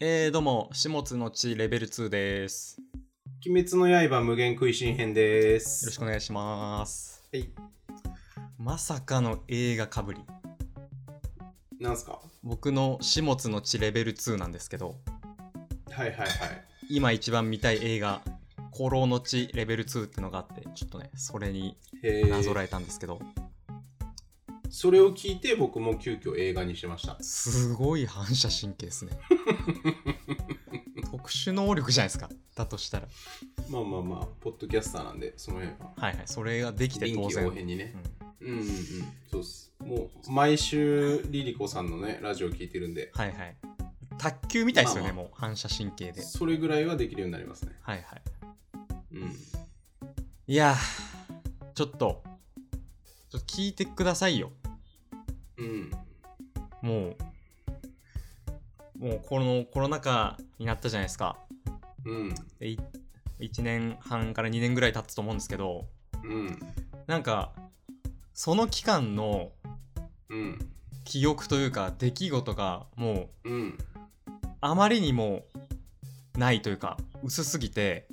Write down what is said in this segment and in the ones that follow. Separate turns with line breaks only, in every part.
えー、どうも、下津の地レベル2です。よ
鬼滅の刃無限食いしん編で
ろし
す。
くお願いします。
はい。
まさかの映画かぶり。
なんすか
僕の下津の地レベル2なんですけど、
はいはいはい。
今一番見たい映画、古老の地レベル2ってのがあって、ちょっとね、それに
へ
なぞら
ー
えたんですけど、
それを聞いて僕も急遽映画にしました。
すごい反射神経 ですね。特殊能力じゃないですか。だとしたら。
まあまあまあ、ポッドキャスターなんで、その辺は。
はいはい、それができて
臨
当
機
然。
応変にね。
うん
うんうんうん。そうっす。もう、毎週、リリコさんのね、ラジオ聞いてるんで、
はいはい。卓球みたいですよね、
まあ
もう反射神経で。
それぐらいはできるようになりますね。
はいはい。
うん。
いやー、ちょっと、ちょっと聞いてくださいよ。
うん。
もう、もうこのコロナ禍になったじゃないですか。
うん。
でい1年半から2年ぐらい経つと思うんですけど、
うん。
なんか、その期間の
うん。
記憶というか、出来事がも
うん。
う、あまりにもないというか、薄すぎて、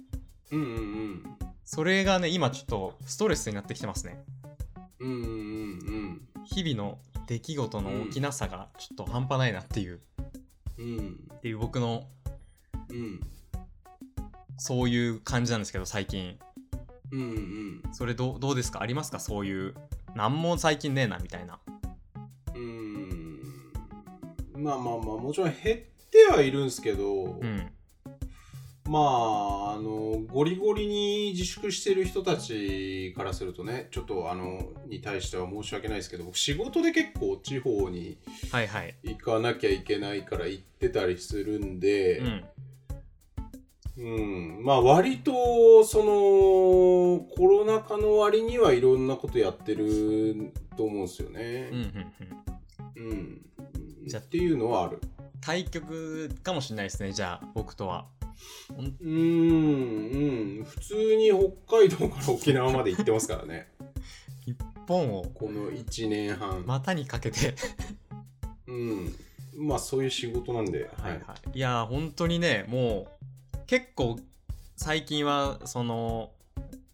うんうんうん。
それがね、今ちょっとストレスになってきてますね。
うんうんうん
日々の出来事の大きなさがちょっと半端ないなっていう、
うん。うん。
っていう僕の
うん。
そういう感じなんですけど最近
うんうん。
それどうどうですかありますかそういう何も最近ねえなみたいな
うーんまあまあまあもちろん減ってはいるんですけど、
うん
まああのゴリゴリに自粛してる人たちからするとねちょっとあのに対しては申し訳ないですけど僕仕事で結構地方に
はいはい
行かなきゃいけないから行ってたりするんで
う、ん
うんまあ割とそのコロナ禍の割にはいろんなことやってると思うんですよね
うんうん。うん
うん、
じゃあ
っていうのはある。
対局かもしれないですねじゃあ僕とはほん
うーん、うん、普通に北海道から沖縄まで行ってますか らね、
一本を
この1年半。
股にかけて
うん、まあそういう仕事なんで、
は
はいい。
はいいやー本当にねもう結構最近はその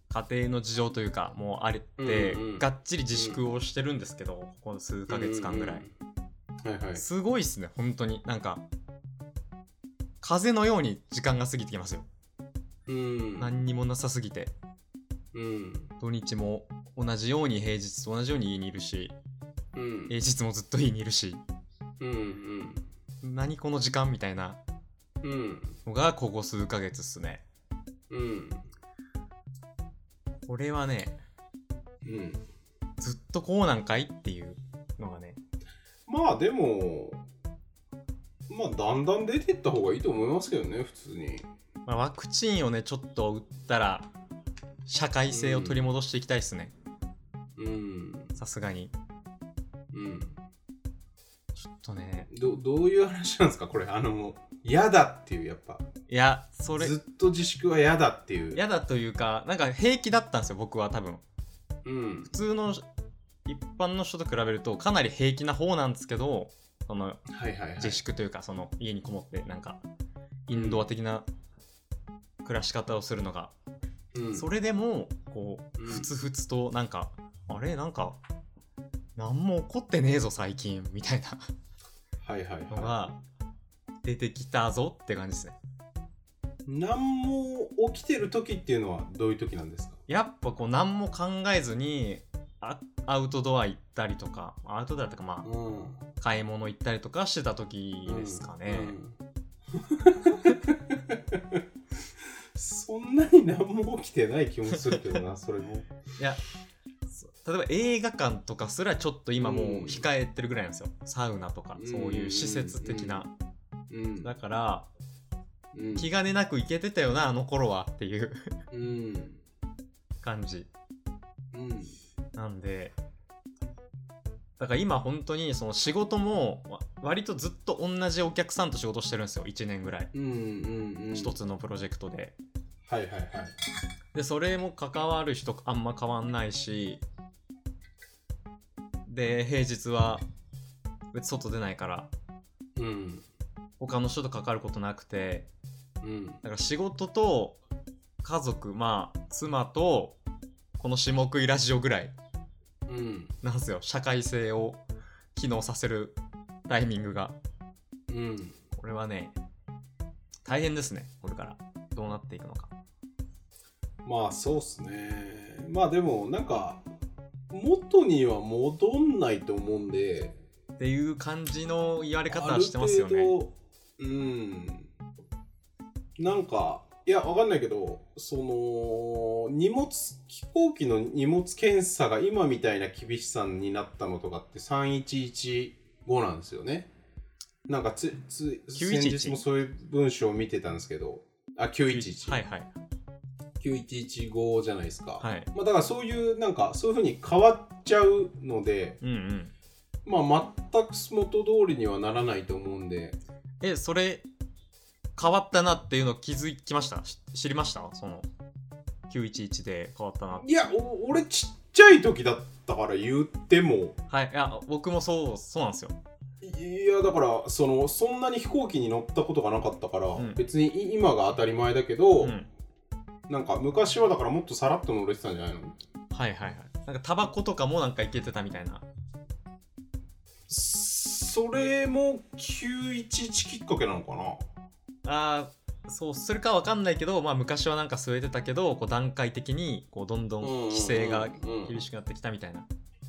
家庭の事情というかもうあれって、
うんうん
がっちり自粛をしてるんですけど、この数ヶ月間ぐらい、
うんうんうん。はいはい。
すごいっすね、本当に。なんか、風のように時間が過ぎてきますよ。
うん。
何にもなさすぎて。
うん。
土日も同じように平日と同じように家にいるし、
うん。
平日もずっと家にいるし、
うん。うん。
何この時間みたいな
うん。
のがここ数ヶ月っすね。
うん。
これはね、
うん。
ずっとこうなんかいっていうのがね。
まあでも、まあだんだん出てった方がいいと思いますけどね、普通に。
まあ、ワクチンをね、ちょっと打ったら、社会性を取り戻していきたいっすね。
うん。
さすがに。
うん。
ちょっとね。
どどういう話なんですか、これ。あの、もう嫌だっていう、やっぱ。
いや、それ、
ずっと自粛は嫌だっていう。
嫌だというかなんか平気だったんですよ僕は多分
うん
普。通の一般の人と比べるとかなり平気な方なんですけどその
はいはいはい。
自粛というかその家にこもってなんかインドア的な暮らし方をするのが、
うん、
それでもこ
う
うんふつふつとなんか、あれなんか何も起こってねえぞ最近みたい
はいはい
なの
は
が出てきたぞって感じですね
い。何も起きてる時っていうのはどういう時なんですか
やっぱこう何も考えずにあアウトドア行ったりとかアウトドアとかまあ、
うん。
買い物行ったりとかしてた時ですかね、
うんそんなに何も起きてない気もするけどな、それも。
いやそう例えば映画館とかすらちょっと今もう控えてるぐらいなんですよ、サウナとか
うん
そういう施設的な、
うん
だから
うん
気兼ねなく行けてたよなあの頃はっていう
うん。
感じ
うん。
なんでだから今本当にその仕事もわ割とずっと同じお客さんと仕事してるんですよ1年ぐらい
うん。うん。うん。
一。つのプロジェクトで
はいはいはい。
でそれも関わる人あんま変わんないしで平日は別に外出ないから
うん。
他の人と関わることなくて
うん。
だから仕事と家族まあ妻とこの下食いラジオぐらい
うん。
なんですよ社会性を機能させるタイミングが
うん。
これはね大変ですねこれからどうなっていくのか
まあそうっすね。まあでもなんか元には戻んないと思うんで。
っていう感じの言われ方
あ
は
る
してますよね
程度うん。なんかいやわかんないけどその荷物飛行機の荷物検査が今みたいな厳しさになったのとかって3115なんですよね。なんかつつ
911
先日もそういう文章を見てたんですけど。あ、911。
はいはい
9115じゃないですか。
はい
まあ、だからそういうなんかそういうふうに変わっちゃうので、
うんうん
まあ、全く元通りにはならないと思うんで
えそれ変わったなっていうの気づきましたし知りましたその911で変わったなって
いやお俺ちっちゃい時だったから言っても
はいいや僕もそうそうなんですよ
いやだからそのそんなに飛行機に乗ったことがなかったから、
ん
別にい今が当たり前だけど、
うん
なんか昔はだからもっとさらっと乗れてたんじゃないの
はいはいはいなんかタバコとかもなんかいけてたみたいな
それも911きっかけなのかな
あーそうするかわかんないけど、まあ、昔はなんか据えてたけどこう段階的にこうどんどん規制が厳
く、
しくなってきたみたいな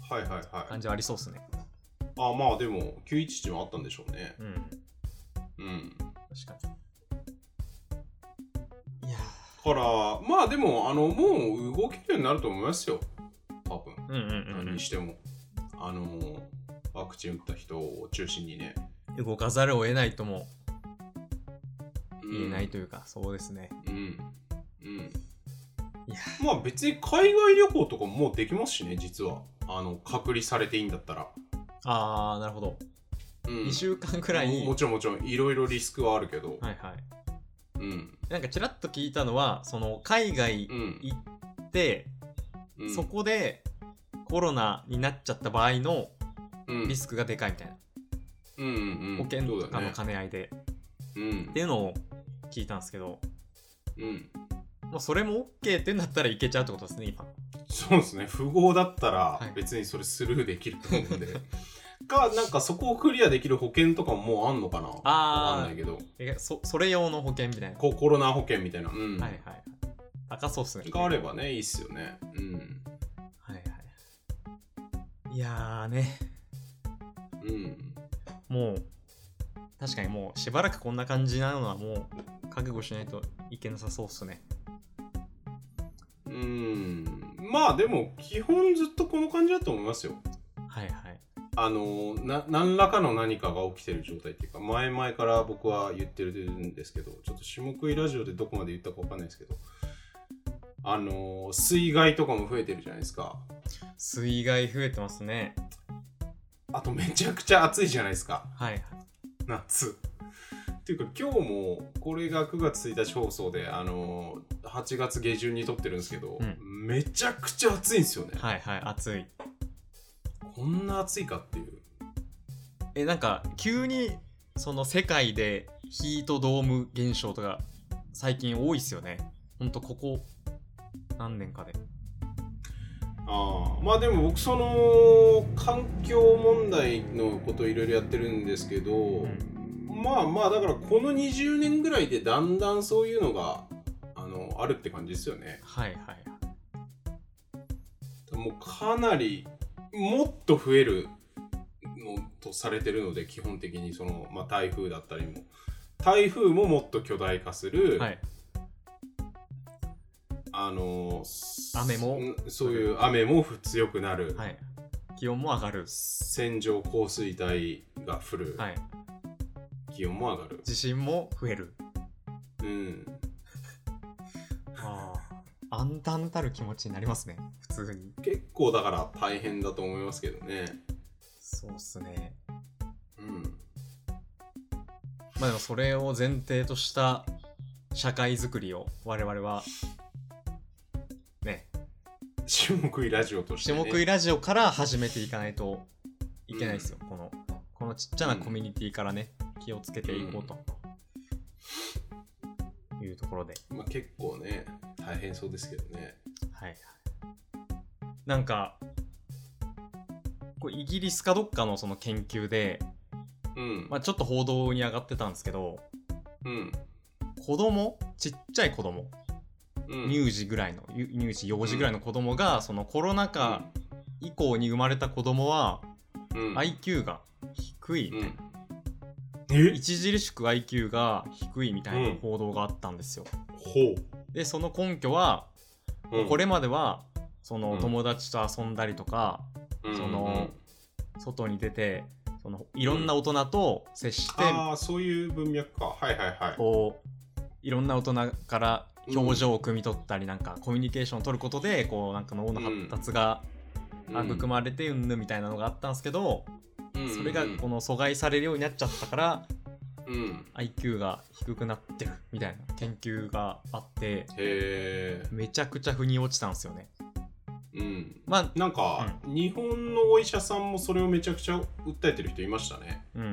はいはいはい
感じはありそうですね
あまあでも911もあったんでしょうね
うん
うん
確かにいや
からまあでもあのもう動けるようになると思いますよ多分
ーうんうんうん
何にしても、あのワクチン打った人を中心にね
うん動かざるを得ないとも言えないと
いう
いうか、そうですね
うんうん
いや
まあ別に海外旅行とかももうできますしね実はあの隔離されていいんだったら、
ああなるほど、
うん
2週間くらい
ももちろんもちろんいろいろリスクはあるけど、
はいはい
うん
なんかちらっと聞いたのはその海外
うん
行って、
うん
そこでコロナになっちゃった場合の
うん
リスクがでかいみたいな、
うんうん
保険とかの
そうだ
兼ね合いで、
ね
っていうのを聞いたんですけど
うん、うん、
もうそれも OK ってなったらいけちゃうってことですね今
そうですね富豪だったら
はい
別にそれスルーできると思うんで、 かなんかそこをクリアできる保険とかももうあんのかなわかん
あ
ないけど
あそそれ用の保険みたいな、
ココロナ保険みたいな、うん
はいはい高そうっすね
があればねいいっすよねうん
はいはいいやーね
うん
もう確かにもうしばらくこんな感じなのはもう覚悟しないといけなさそうっすね
うんまあでも基本ずっとこの感じだと思いますよ
はいはい
あのな何らかの何かが起きてる状態っていうか前々から僕は言ってるんですけどちょっと下食いラジオでどこまで言ったかわかんないですけどあの水害とかも増えてるじゃないですか
水害増えてますね
あとめちゃくちゃ暑いじゃないですか
はいはい
夏っていうか今日もこれが9月1日放送であの8月下旬に撮ってるんですけど、
うん
めちゃくちゃ暑いんですよね、
はいはい暑い
こんな暑いかっていう
えなんか急にその世界でヒートドーム現象とか最近多いっすよねほんとここ何年かで
ああまあでも僕その環境問題のこといろいろやってるんですけど、
うん
まあまあだからこの20年ぐらいでだんだんそういうのがあのあるって感じですよね
はいはい
もうかなりもっと増えるのとされてるので基本的にその、まあ、台風だったりも台風ももっと巨大化する、
はい
あのす
雨も
んそういう雨もふ強くなる、
はい気温も上がる
線状降水帯が降る、
はい
気温も上がる、
地震も増える
うん、
ああ暗淡たる気持ちになりますね普通に
結構だから大変だと思いますけどね、
そうっすね
うん、
まあでもそれを前提とした社会づくりを我々はね
下食いラジオとして、
下
ね、
食いラジオから始めていかないといけないですよ、このこのちっちゃなコミュニティからね、気をつけていこうと、いうところで
まあ、結構ね大変そうですけどね
はいなんかこれイギリスかどっかのその研究で、
うん、
まあ、ちょっと報道に上がってたんですけど
うん
子供ちっちゃい子供
うん
乳児ぐらいのゆ乳児幼児ぐらいの子供がそのコロナ禍以降に生まれた子供は
うん
IQ が低い、
うんえ
著しく IQ が低いみたいな報道があったんですよ。
ほ
でその根拠は、
う、うん
これまではそうの
ん
友達と遊んだりとか、
うん
その外に出てそのいろんな大人と接して、
ああそういう文脈かはいはいはい
こういろんな大人から表情を汲み取ったりなんか、コミュニケーションを取ることでこうなんか脳の発達が育まれてうんぬみたいなのがあったんですけど、それがこの阻害されるようになっちゃったから
うん、うん、
IQ が低くなってるみたいな研究があって
へえ
めちゃくちゃ腑に落ちたんですよね。
うん
まあ
なんか、日本のお医者さんもそれをめちゃくちゃ訴えてる人いましたね
うんうんう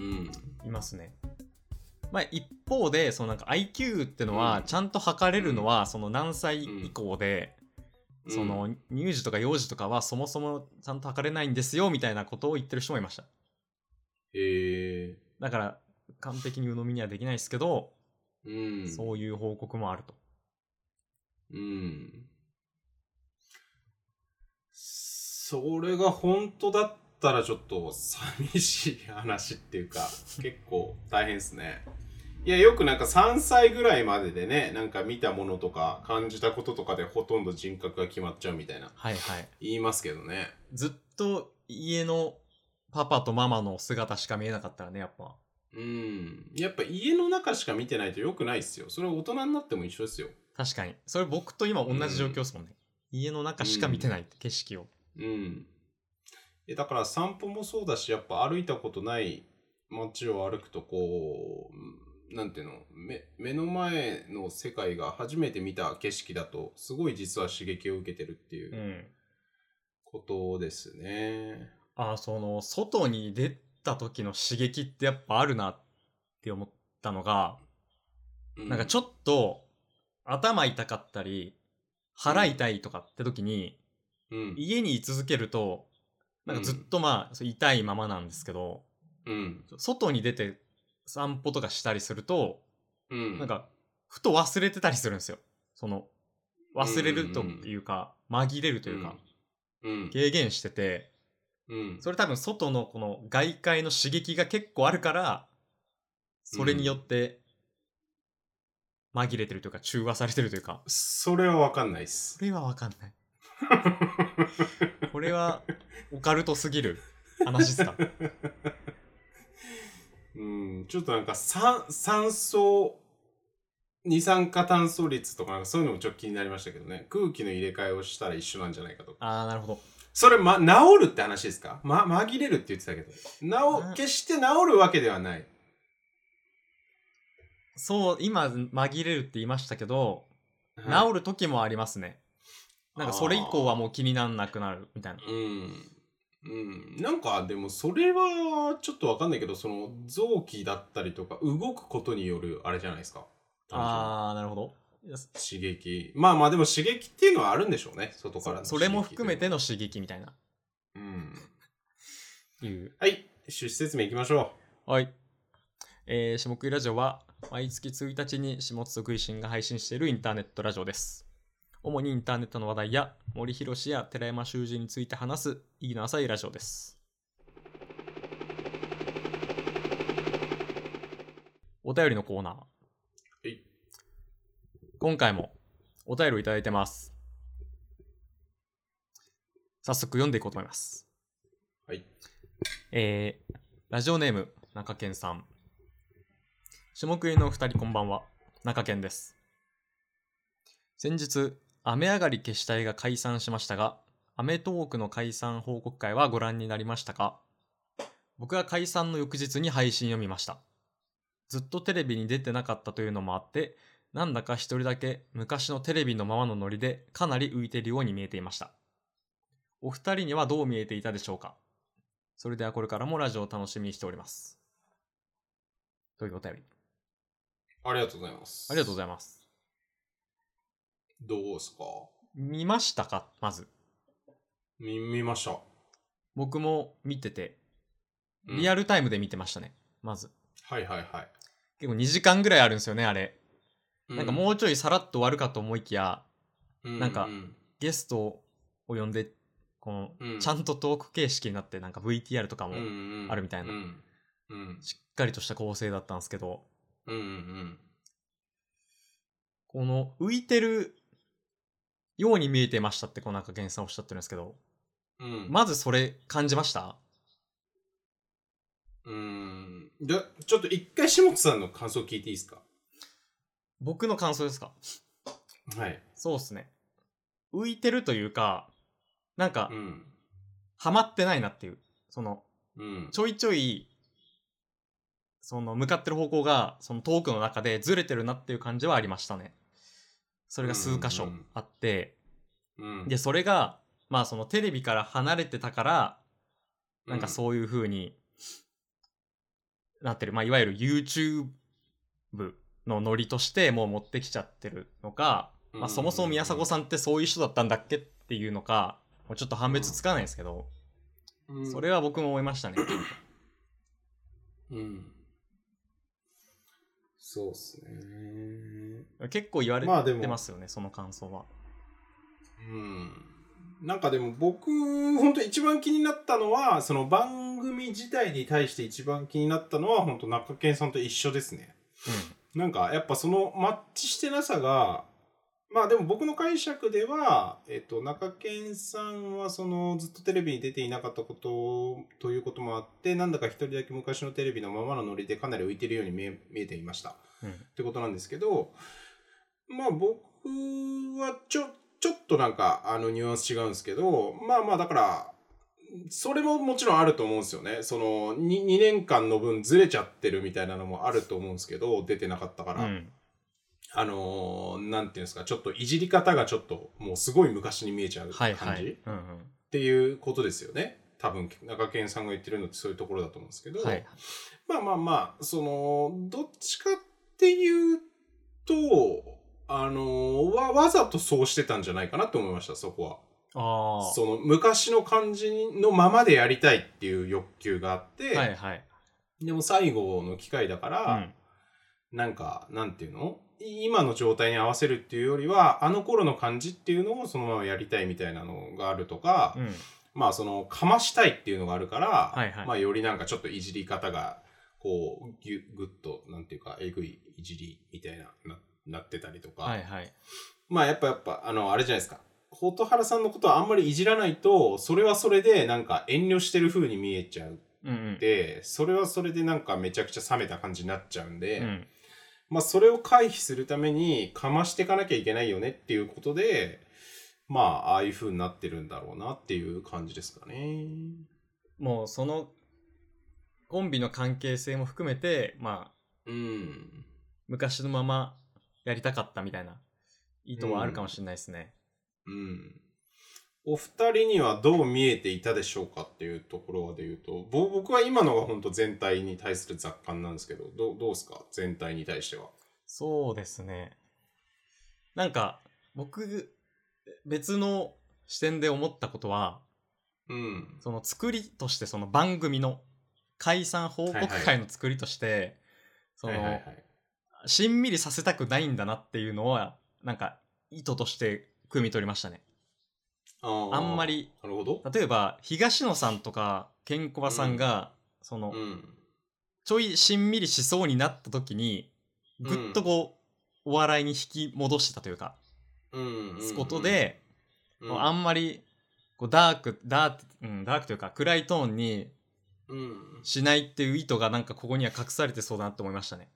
んうん
うん
いますね。まあ、一方でそのなんか IQ ってのは
うん
ちゃんと測れるのはその何歳以降で、その乳児とか幼児とかはそもそもちゃんと測れないんですよみたいなことを言ってる人もいました
へえ
だから完璧に鵜呑みにはできないですけど、
うん
そういう報告もあると
うんそれが本当だったらちょっと寂しい話っていうか 結構大変ですねいやよくなんか3歳ぐらいまででねなんか見たものとか感じたこととかでほとんど人格が決まっちゃうみたいな
はいはい
言いますけどね
ずっと家のパパとママの姿しか見えなかったらねやっぱ
うんやっぱ家の中しか見てないと良くないっすよそれは大人になっても一緒ですよ
確かにそれ僕と今同じ状況ですもんね、家の中しか見てない景色を
うん。え、だから散歩もそうだし、やっぱ歩いたことない街を歩くと、こう、うんなんていうの、目、目の前の世界が初めて見た景色だと、すごい実は刺激を受けてるっていううんことですね。
ああその外に出た時の刺激ってやっぱあるなって思ったのがなんかち
ょ
ょっと頭痛かったり腹痛いとかって時に
うん。
家に居続けるとなんかずっとまあそう痛いままなんですけど
うん。
外に出て散歩とかしたりすると
うん。
なん、かふと忘れてたりするんですよその忘れるというか紛れるというか
うん。
軽減してて
うん。
それ多分外のこの外界の刺激が結構あるからそれによって紛れてるというか中和されてるというか
それはわかんないっす
そ。れはわかんない。これはオカルトすぎる話です か。
うん、ちょっとなんか酸酸素二酸化炭素率とかなんかそういうのもちょっと気になりましたけどね空気の入れ替えをしたら一緒なんじゃないかとか
ああ、なるほど。
それ、ま、治るって話ですか、ま、紛れるって言ってたけど
う
治
ん
決して治るわけではない
そう、今紛れるって言いましたけど、
はい
治る時もありますね。なんかそれ以降はもう気になんなくなるみたいな。
うんうん、なんかでもそれはちょっとわかんないけどその臓器だったりとか動くことによるあれじゃないですか単純に
ああ、なるほど。いやそ
刺激まあまあでも刺激っていうのはあるんでしょうね外からの
それも
刺激とい
含
う
めての刺激みたいな。
うん
いう。
はい、趣旨説明いきましょ
はい。えー、下食いラジオは毎月1日に下津食いしんが配信しているインターネットラジオです。主にインターネットの話題や森博氏や寺山修司について話す意義の浅いラジオです。お便りのコーナー。
はい
今回もお便りをいただいてます。早速読んでいこうと思います。
う。はい。
えーラジオネーム、中健さん。下食いのお二人こんばんは、中健です。先日、雨上がり決死隊が解散しましたが、アメトーークの解散報告会はご覧になりましたか僕は解散の翌日に配信を見ました。ずっとテレビに出てなかったというのもあって、なんだか一人だけ昔のテレビのままのノリでかなり浮いているように見えていました。お二人にはどう見えていたでしょうかそれではこれからもラジオを楽しみにしております。というお便り。
ありがとうございます。
ありがとうご
ざい
ざいます。
ます。どうですか
見ましたかまず。
見、見ました。
僕も見てて、
うん
リアルタイムで見てましたね。まず。
はいはいはい。
結構2時間ぐらいあるんですよね、あれ。
う
なんかもうちょいさらっと終わるかと思いきや、
うん、
なんか
う
ゲストを呼んで、この、
うん
ちゃんとトーク形式になって、なんか VTR とかも
うんうん
あるみたいな
うん。うん。
しっかりとした構成だったんですけど、
うんうん
この浮いてるように見えてましたって小中健さんおっしゃってるんですけど、
うん。うん。
まずそれ感じました
うん。で、ちょっと一回、下地さんの感想聞いていいですか
僕の感想ですか
はい。
そうっすね。浮いてるというか、なんか
う、ん。
ハマってないなっていう。その、
うん。
ちょいちょい、その、向かってる方向が、そのトークの中でずれてるなっていう感じはありましたね。それが数箇
うん
所
うんうん
あって、
うん
で、それが、まあそのテレビから離れてたから、なんかそういう風になってる。まあ、いわゆる YouTube のノリとしてもう持ってきちゃってるのか、まあ、そもそも宮迫さんってそういう人だったんだっけっていうのか、もうちょっと判別つかないですけど、
うん、うん
それは僕も思いま したね。
うん。そうっすね。
結構言わ
まあで
れ
も
てますよね、その感想は。
うん。なんかでも僕、本当一番気になったのは、その番組自体に対して一番気になったのは、本当中堅さんと一緒ですね。なんかやっぱそのマッチしてなさが、まあでも僕の解釈では、えっと、中堅さんはそのずっとテレビに出ていなかったことということもあって、なんだか一人だけ昔のテレビのままのノリでかなり浮いてるように見え見えていました。
うん。
ってことなんですけど、まあ僕はちょ、ちょっとなんかあのニュアンス違うんですけど、まあまあだから、それももちろんあると思うんですよね。その 2, 2年間の分ずれちゃってるみたいなのもあると思うんですけど、出てなかったか
う
ら。
ん。
あのーなんていうんですか、ちょっといじり方がちょっともうすごい昔に見えちゃう
は
感
い
じ。
はい。うんうん
っていうことですよね。多分、中堅さんが言ってるのってそういうところだと思うんですけど、
はい。
まあまあまあ、その、どっちかっていうと、あのーわ、わざとそうしてたんじゃないかなと思いました、そこは。
ああ。
その、昔の感じのままでやりたいっていう欲求があって、
はいはい。
でも最後の機会だか
う
ら、
ん。
なんか、なんていうのい今の状態に合わせるっていうよりは、あの頃の感じっていうのをそのままやりたいみたいなのがあるとか、
うん。
まあその、かましたいっていうのがあるから、
はいはい
まあよりなんかちょっといじり方が、こう、ぎゅぐっと、なんていうか、えぐいいじりみたいな、ななってたりとか、
はいはい。
まあやっぱやっぱ、あの、あれじゃないですか。蛍原さんのことはあんまりいじらないと、それはそれでなんか遠慮してる風に見えちゃう
うんうん。
で、それはそれでなんかめちゃくちゃ冷めた感じになっちゃうんで、
うん。
まあ、それを回避するためにかましていかなきゃいけないよねっていうことで、まあ、ああいう風になってるんだろうなっていう感じですかね。
もうその、コンビの関係性も含めて、まあ、
うん。
昔のままやりたかったみたいな意図はあるかもしれないですね。
うん。お二人にはどう見えていたでしょうかっていうところで言うと、ぼ僕は今のが本当全体に対する雑感なんですけど、どうどうですか全体に対しては。
そうですね。なんか、僕、別の視点で思ったことは、
うん。
その作りとして、その番組の解散報告
はいは
会の作りとして、その、
はいはいはい。
しんみりさせたくないんだなっていうのは、なんか、意図として汲み取りましたね。
あー
あんまり。
なるほど。
例えば、東野さんとか、ケンコバさんが、その、
うん。
ちょいしんみりしそうになった時に、ぐっとこう、お笑いに引き戻してたというか、
うん。
すことで、
うん、
あんまり、こう、ダーク、ダーク、うん、ダークというか、暗いトーンに
うん。
しないっていう意図が、なんかここには隠されてそうだなって思いましたね。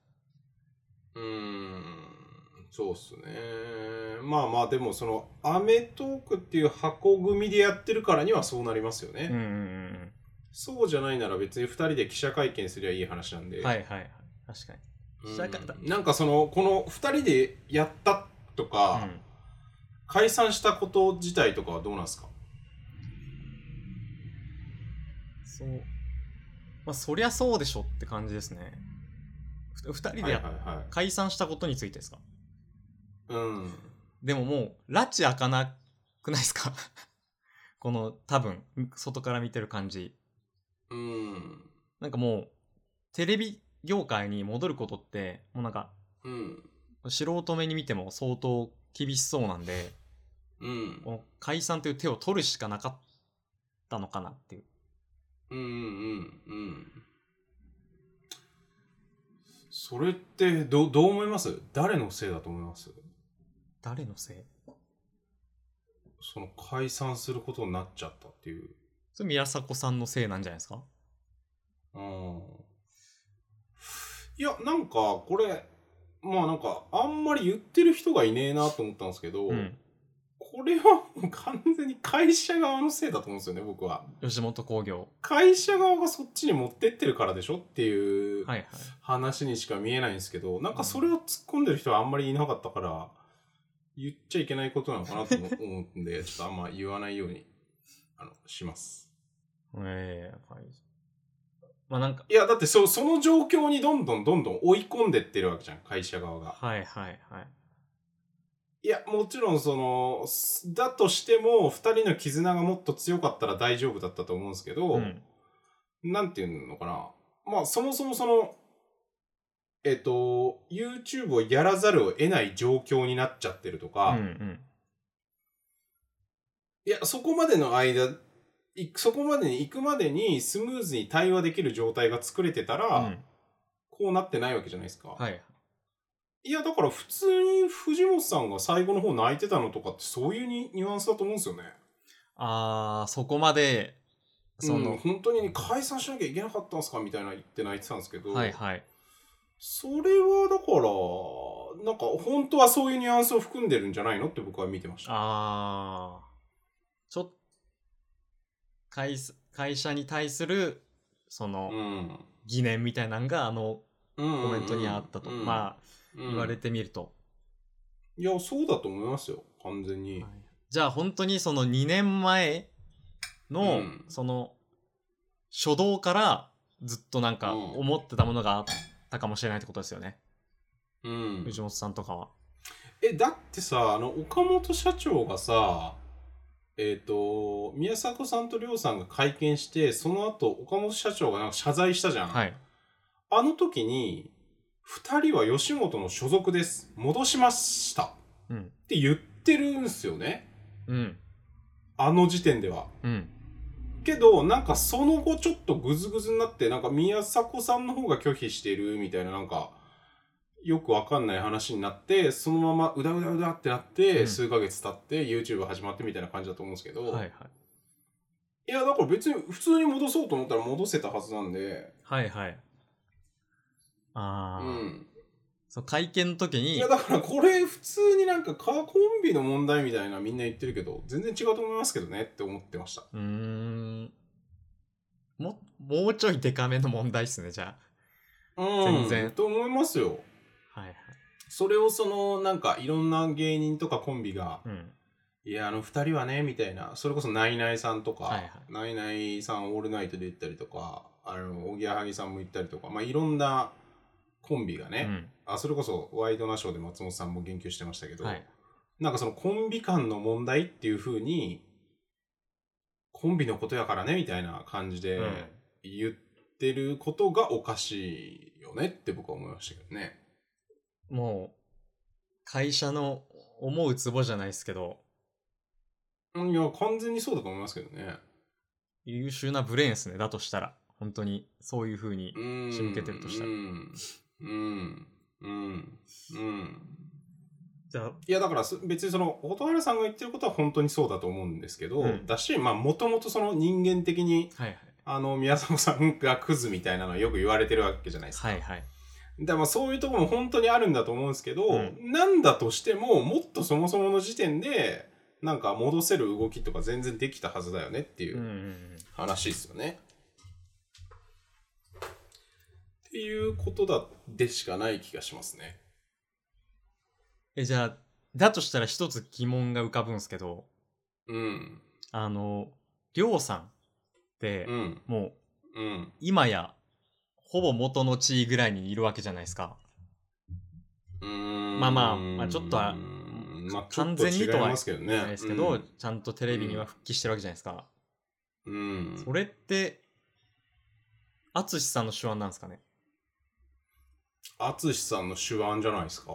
うーんそうっすね。まあまあ、でもその、アメトークっていう箱組でやってるからにはそうなりますよね。
うんうんうん
そうじゃないなら別に2人で記者会見すりゃいい話なん
う
で。
ん。はいはいはい。確かに。
うん
記者会見
なんかその、この2人でやったとか、
うん
解散したこと自体とかはどうなんですか
そう。まあ、そりゃそうでしょって感じですね。ふ二人
は
で
い
や
はいは
解散したことについてですか
い。うん。
でももう拉致開かなくないですか この多分外から見てる感じ
うん。
なんかもうテレビ業界に戻ることってもうなんか
うん。
素人目に見ても相当厳しそうなんで
うん
こ。の解散という手を取るしかなかったのかなっていう
うんうんうんうん。それってどどう思います誰のせいだと思います
誰のせい
その解散することになっちゃったっていう。
それ宮迫さんのせいなんじゃないですか
うん。いや、なんかこれ、まあなんかあんまり言ってる人がいねえなと思ったんですけど、
うん
これはもう完全に会社側のせいだと思うんですよね、僕は。
吉本興業
会社側がそっちに持ってってるからでしょっていう
はいはい
話にしか見えないんですけど、なんかそれを突っ込んでる人はあんまりいなかったから、言っちゃいけないことなのかなと思思うんで、ちょっとあんま言わないように、あの、します。
ええはいまあなんか
いや、だってそその状況にどんどんどんどん追い込んでってるわけじゃん、会社側が。
はいはいはい
いや、もちろんその、すだとしても、二人の絆がもっと強かったら大丈夫だったと思うんですけど、
うん
なんていうのかな。まあ、そもそもその、えっと、YouTube をやらざるを得ない状況になっちゃってると
うん
か、
うん
いや、そこまでの間、いそこまでに行くまでにスムーズに対話できる状態が作れてたら、
うん
こうなってないわけじゃないですか。
はい
い、や、だから普通に藤本さんが最後の方泣いてたのとかってそういうニニュアンスだと思うんですよね。
あーそこまでそ
うん
の、
本当にね、解散しなきゃいけなかったんすかみたいな言って泣いてたんですけど、
はいはい
それはだから、なんか本当はそういうニュアンスを含んでるんじゃないのって僕は見てました。
あーちょっ会社会社に対するその、
うん。
疑念みたいなのがあのコ
コ
メントにあったと、まあ
あ、うん
言われてみると、
いや、そうだと思いますよ、完全に。
はいじゃあ本当にその2年前の、
うん
その初動からずっとなんか
うん
思ってたものがあったかもしれないってことですよね、
うん
藤本さんとかは
えだってさあの岡本社長がさえっ、と宮迫さんと亮さんが会見してその後岡本社長がなんか謝罪したじゃん、
はい
あの時に2人は吉本の所属です戻しましたっ
うん
て言ってるんすよね
うん
あの時点では
うん
けどなんかその後ちょっとグズグズになってなんか宮迫さんの方が拒否してるみたいななんかよくわかんない話になってそのままうだうだうだってなって、
うん
数ヶ月経って YouTube 始まってみたいな感じだと思うんですけど、
はいはい
いやだから別に普通に戻そうと思ったら戻せたはずなんで
はいはいあ
う
あ、
ん
そう会見の時
い
に
やだからこれ普通になんかカーコンビの問題みたいなみんな言ってるけど全然違うと思いますけどねって思ってました
うーんももうちょいデカめの問題っすねじゃ
う
全
ん
然
と思いますよ
あはいはい
それをそのなんかいろんな芸人とかコンビが
うん
いや、あの二人はね、みたいな、それこそナイナイさんとか、
はいはい
ナイナイさんオールナイトで行ったりとか、あの、おぎやはぎさんも行ったりとか、まあ、いろんなコンビが
う
ね、
ん
あ、それこそワイドナショーで松本さんも言及してましたけど、
はい
なんかそのコンビ間の問題っていう風に、コンビのことやからね、みたいな感じで
うん
言ってることがおかしいよねって僕は思いましたけどね。
もう会社の思うツボじゃないですけど
うんいや、完全にそうだと思いますけどね。
優秀なブレーンですねだとしたら本当にそういう風に仕向けてるとしたら
うんうんうんうん
じゃあ
いやだからす別にその蛍原さんが言ってることは本当にそうだと思うんですけど、
うん
だしまあもともとその人間的に
はいはい
あの宮迫さんがクズみたいなのはよく言われてるわけじゃないですか。
はいはい
だからまあそういうところも本当にあるんだと思うんですけど、
うん
なんだとしてももっとそもそもの時点でなんか戻せる動きとか全然できたはずだよねっていううん
うんうん
話ですよね。っていうことだでしかない気がしますね。
えじゃあだとしたら一つ疑問が浮かぶんですけど
うん。
あのりょうさんって
うん。
もう
うん。
今やほぼ元の地位ぐらいにいるわけじゃないですか。
ま
まあまあまあちょっとは
まあ、
完全にとは
ちょっ違いますけどね。
ですけど、
うん
ちゃんとテレビには復帰してるわけじゃないですか。
うん
それって、淳さんの手腕なんですかね。
淳さんの手腕じゃないですか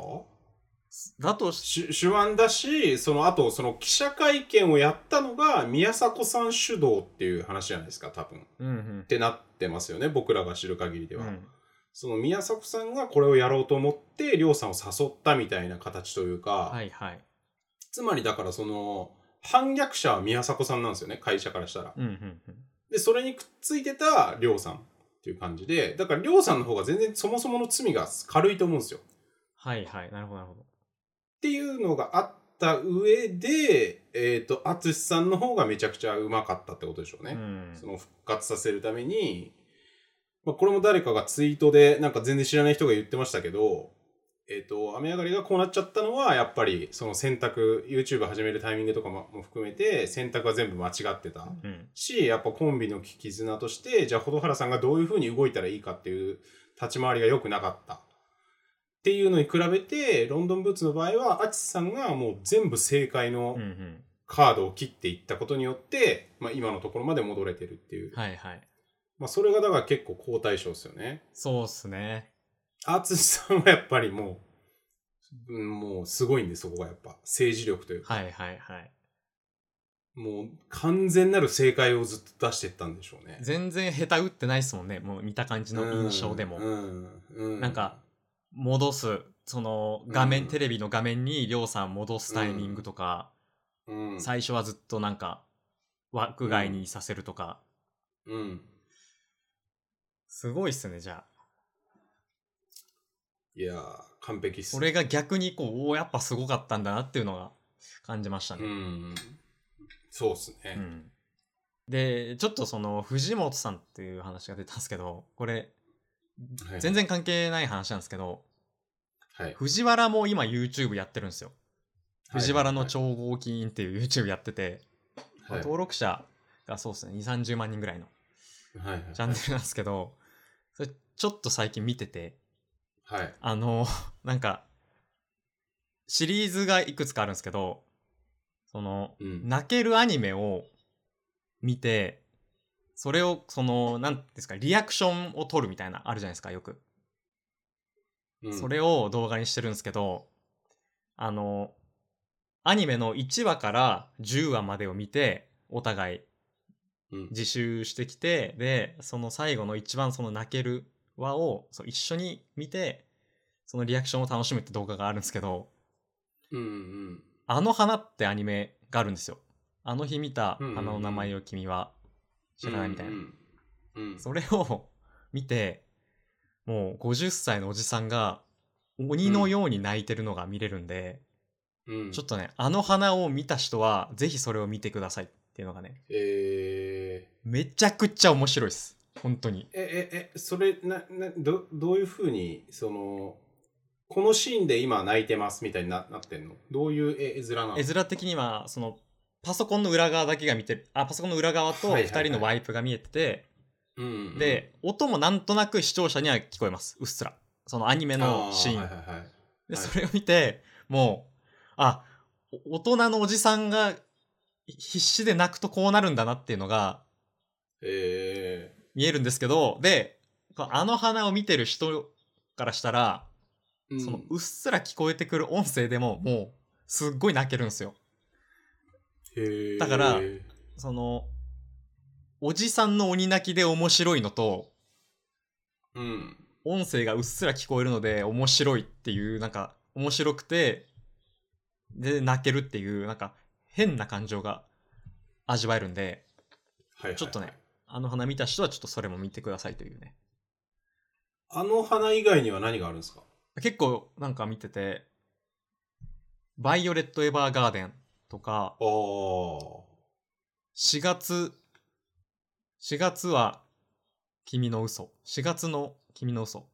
だとし、
手手腕だし、その後、その記者会見をやったのが宮迫さん主導っていう話じゃないですか、多分。っ
うんうん。
てなってますよね、僕らが知る限りで
う
は。
ん、
その宮迫さんがこれをやろうと思って、りょうさんを誘ったみたいな形というか、
はいはい。
つまりだからその、反逆者は宮迫さんなんですよね、会社からしたら。
うんうんうん。
で、それにくっついてたりょうさんっていう感じで、だからりょうさんの方が全然そもそもの罪が軽いと思うんですよ。
はいはい。なるほどなるほど。
っていうのがあった上で、えっ、と、淳さんの方がめちゃくちゃうまかったってことでしょう
う
ね。
ん
そ。の復活させるために、まあ、これも誰かがツイートで、なんか全然知らない人が言ってましたけど、えっ、と、雨上がりがこうなっちゃったのは、やっぱり、その選択、YouTube 始めるタイミングとかもも含めて、選択は全部間違ってた。
うん。
し、やっぱコンビの絆として、じゃあ、蛍原さんがどういうふうに動いたらいいかっていう立ち回りが良くなかった。っていうのに比べて、ロンドンブーツの場合は、アチさんがもう全部正解の
うんうん。
カードを切っていったことによって、まあ今のところまで戻れてるっていう。
はいはい。
まあそれがだから結構好対象ですよね。
そうっすね。
アツさんはやっぱりもう、うんもうすごいんで、そこがやっぱ。政治力というか、
はいはいはい。
もう完全なる正解をずっと出していったんでしょうね。
全然下手打ってないっすもんね。もう見た感じの印象でも。
うんうん
なんか戻す、その画面、
うん
テレビの画面にりょうさん戻すタイミングとか、
うん
最初はずっとなんか枠外にいさせるとか、
うん、
すごいっすね、じゃあ。
いやー完璧っす
それが逆にこう、おーやっぱすごかったんだなっていうのが感じました
う
ね。
んそうっす
う
ね
んで、ちょっとその藤本さんっていう話が出たんですけど、これ
はい
全然関係ない話なんですけど、
はい
藤原も今 YouTube やってるんですよ。藤原の
ょ、
超合金っていう YouTube やってて、
はいはい
登録者がそうですね、2、30万人ぐらいの
はいはい
チャンネルなんですけど、それちょっと最近見てて、
はい
あの、なんか、シリーズがいくつかあるんですけど、その、
うん
泣けるアニメを見て、それを、その、なんていうんですか、リアクションを取るみたいな、あるじゃないですか、よく。
うん
それを動画にしてるんですけど、あの、アニメの1話から10話までを見て、お互い
うん
自習してきて、で、その最後の一番その泣ける話をそう一緒に見て、そのリアクションを楽しむって動画があるんですけど、
うんうん
あの花ってアニメがあるんですよ。あの日見た
うんうんうん
花の名前を君は知らないみたいな。
うんうん
それを見て、もう50歳のおじさんが鬼のように泣いてるのが見れるんで、
うん
ちょっとね、あの花を見た人はぜひそれを見てくださいっていうのがね、
えー
めちゃくちゃ面白いです。本当に。
えええそれななどどういうふうにそのこのシーンで今泣いてますみたいにななってんのどういう絵絵面なの
絵面的にはそのパソコンの裏側だけが見てるあパソコンの裏側と
はいはい
2
はい
人のワイプが見えてて、
うんうん
で音もなんとなく視聴者には聞こえますうっすらそのアニメのシーン
あはいはいはい
で
はい
それを見てもうあお大人のおじさんが必死で泣くとこうなるんだなっていうのが
え
見えるんですけどでこうあの花を見てる人からしたら、
ーうん
そのうっすら聞こえてくる音声でももうすっごい泣けるんですよ。
へー
だからその、おじさんの鬼泣きで面白いのと、
うん
音声がうっすら聞こえるので面白いっていう、なんか、面白くて、で、泣けるっていう、なんか、変な感情が味わえるんで、
はいはいはい
ちょっとねあの花見た人はちょっとそれも見てくださいというね。
あの花以外には何があるんですか
結構なんか見てて、バイオレット・エヴァーガーデンとか、
ああ。
4月、4月は君の嘘。4月の君の嘘。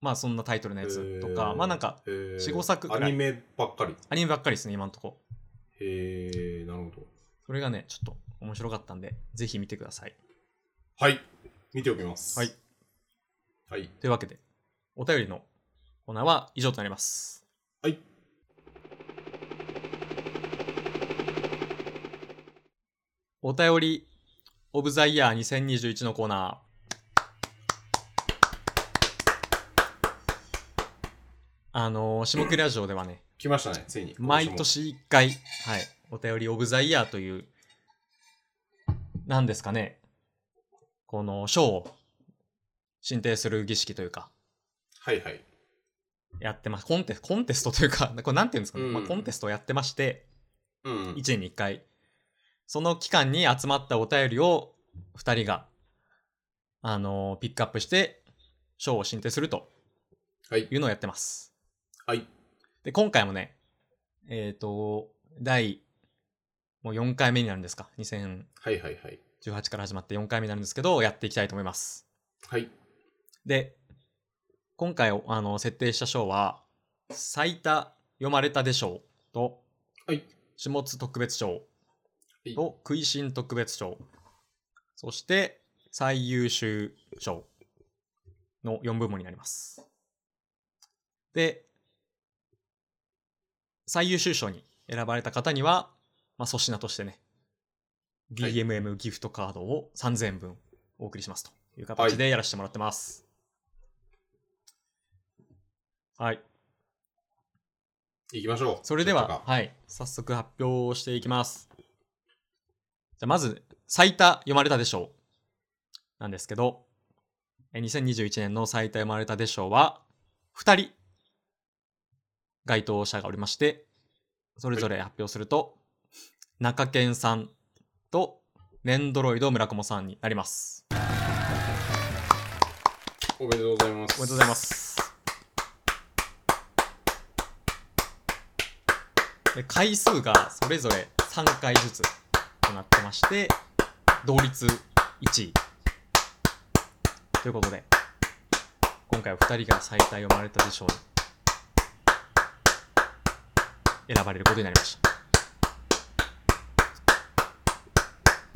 まあそんなタイトルのやつとか、
へー
まあなんか、
へー
4-5作くらい
アニメばっかり。
アニメばっかりですね、今んとこ。
へえ、なるほど。
それがね、ちょっと面白かったんで、ぜひ見てください。
はい。見ておきます。
はい。
はい。
というわけで、お便りのコーナーは以上となります。
はい。
お便りオブザイヤー2021のコーナー。あのー、下切ラジオではね、
来ましたね、ついに。
毎。年1回、はい、お便りオブザイヤーという、なんですかね、この賞を進呈する儀式というか、
はいはい。
やってます。コンテコンテストというか、これなんていうんですかね、
うん
まあ、コンテストをやってまして、
うん。
1年に1回、その期間に集まったお便りを2人が、あのーピックアップして、賞を進呈すると
はい。
いうのをやってます。
はい。
で、今回もね、えっ、と、第、もう4回目になるんですか。2018
はいはいはい。
から始まって4回目になるんですけど、やっていきたいと思います。
はい。
で、今回あの設定した賞は、最多読まれたで賞と、
はい。
下津特別賞
はい
と、食いしん特別賞、そして最優秀賞の4部門になります。で、最優秀賞に選ばれた方には、まあ、粗品としてね、
はい
DMM ギフトカードを3000円分お送りしますという形でやらせてもらってます。はい。
行きましょう。
それで
ちょっ
は、
とか
はい、早速発表していきます。じゃあまず、最多読まれたでしょう。なんですけど、え2021年の最多読まれたでしょうは、2人、該当者がおりまして、それぞれ発表すると、中堅さんと、ネンドロイド村雲さんになります。お
おめでとうございます。
めでとうございま。す。で回数がそれぞれ3回ずつとなってまして同率1位ということで今回は2人が最多読まれたでしょうに選ばれることになりまし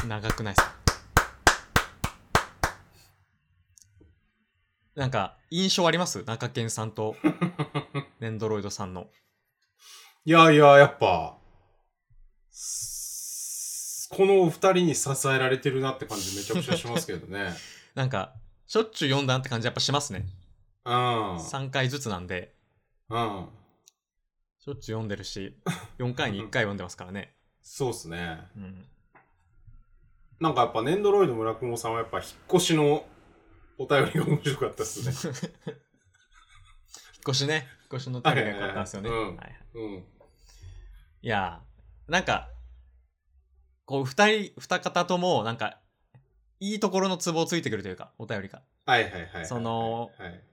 た長くないですかなんか印象あります中堅さんとネンドロイドさんの
いやいや、やっぱ、すこのお二人に支えられてるなって感じめちゃくちゃしますけ どね。
なんか、しょっちゅう読んだなって感じやっぱしますね。
うん。うん。
3回ずつなんで、しょっちゅう読んでる し、4回に1回読んでますからね。
そうっすね。
うん。
なんかやっぱ、ネンドロイド村雲さんはやっぱ、引っ越しのお便りが面白かった っすね。
引っ越しね。引っ越しの旅が良かったんですよね。
はい
は
はいいはいうんうん。
いやー、なんか、こう、2人、2方とも、なんか、いいところのツボをついてくるというか、お便りが。
はいはいはいはい。
その
はい、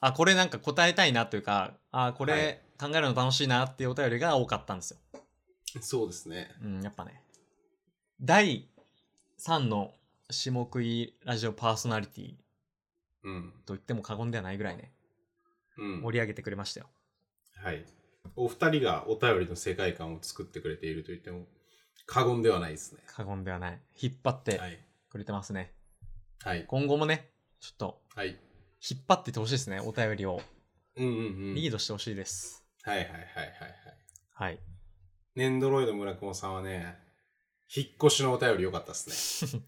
あ、これなんか答えたいなというか、あ、こ
は
れ
い
考えるの楽しいなっていうお便りが多かったんですよ。
そうですね。
うん、やっぱね。第3の下食いラジオパーソナリティ
うん。
と言っても過言ではないぐらいね、
うん。
盛り上げてくれましたよ。
はい。お二人がお便りの世界観を作ってくれていると言っても過言ではないですね。
過言ではない。引っ張って
はい。
くれてますね。
はい。
今後もね、ちょっと
はい。
引っ張っていってほしいですね、お便りを。
うんうんうん。
リードしてほしいです。
はいはいはいはいはい。
はい。
ネンドロイド村雲さんはね、引っ越しのお便り良かったで すね。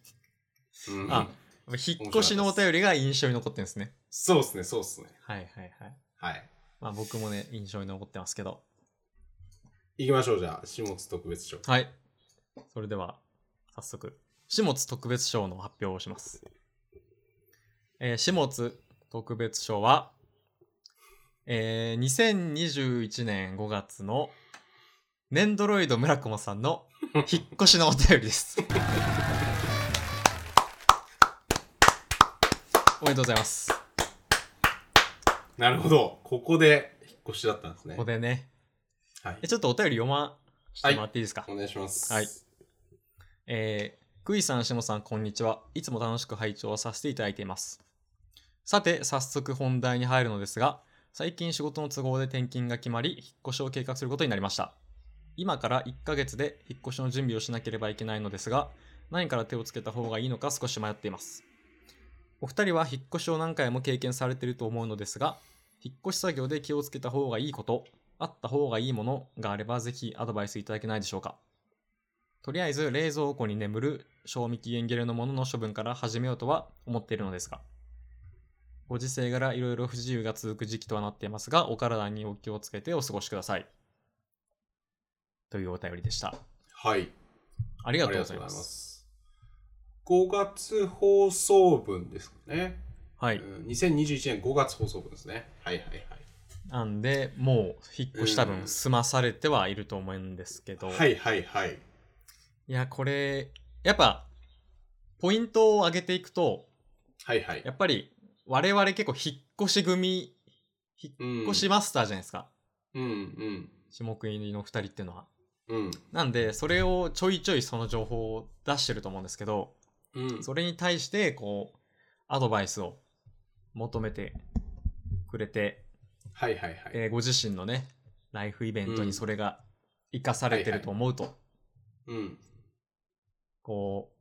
うん、
あ引っ越しのお便りが印象に残ってるんですね。
そうですね、そうですね。
はいはいはい。
はい。
まあ僕もね、印象に残ってますけど。
行きましょう、じゃあ、下津特別賞。
はい。それでは、早速、下津特別賞の発表をします。えー下津特別賞は、えー2021年5月の、ネンドロイド村雲さんの引っ越しのお便り です。おめでとうございます。
なるほど。ここで引っ越しだったんですね。
ここでね、
はい
え。ちょっとお便り読ましてもらっていいですか、
お願いします。
はいえー、クイさん、しもさん、こんにちは。いつも楽しく拝聴させていただいています。さて、早速本題に入るのですが、最近仕事の都合で転勤が決まり、引っ越しを計画することになりました。今から1ヶ月で引っ越しの準備をしなければいけないのですが、何から手をつけた方がいいのか少し迷っています。お二人は引っ越しを何回も経験されていると思うのですが、引っ越し作業で気をつけた方がいいこと、あった方がいいものがあればぜひアドバイスいただけないでしょうか。とりあえず冷蔵庫に眠る賞味期限切れのものの処分から始めようとは思っているのですが。ご時世柄いろいろ不自由が続く時期とはなっていますが、お体にお気をつけてお過ごしください。というお便りでした。
はい。
あり
あ
が
り
とうご
がと
ざ
う
いま。
ございますす。5月放送分ですかね。
はい。
うん2021年5月放送分ですね。はいはいはい。
なんで、もう引っ越した
う
分
ん
済まされてはいると思うんですけど、、
はいいはいはい。
や、これ、やっぱ、ポイントを上げていくと、
はいはい
や。っぱり我々結構引っ越し組、
引
引っ越しマスターじゃないですか。
うんうん
下国の二人っていうのは。
うん
なんで、それをちょいちょいその情報を出してると思うんですけど、
うん。
それに対して、こう、アドバイスを求めてくれて、
はいはいはい。
えーご自身のね、ライフイベントにそれが活かされてると思うと、
うん。
こう、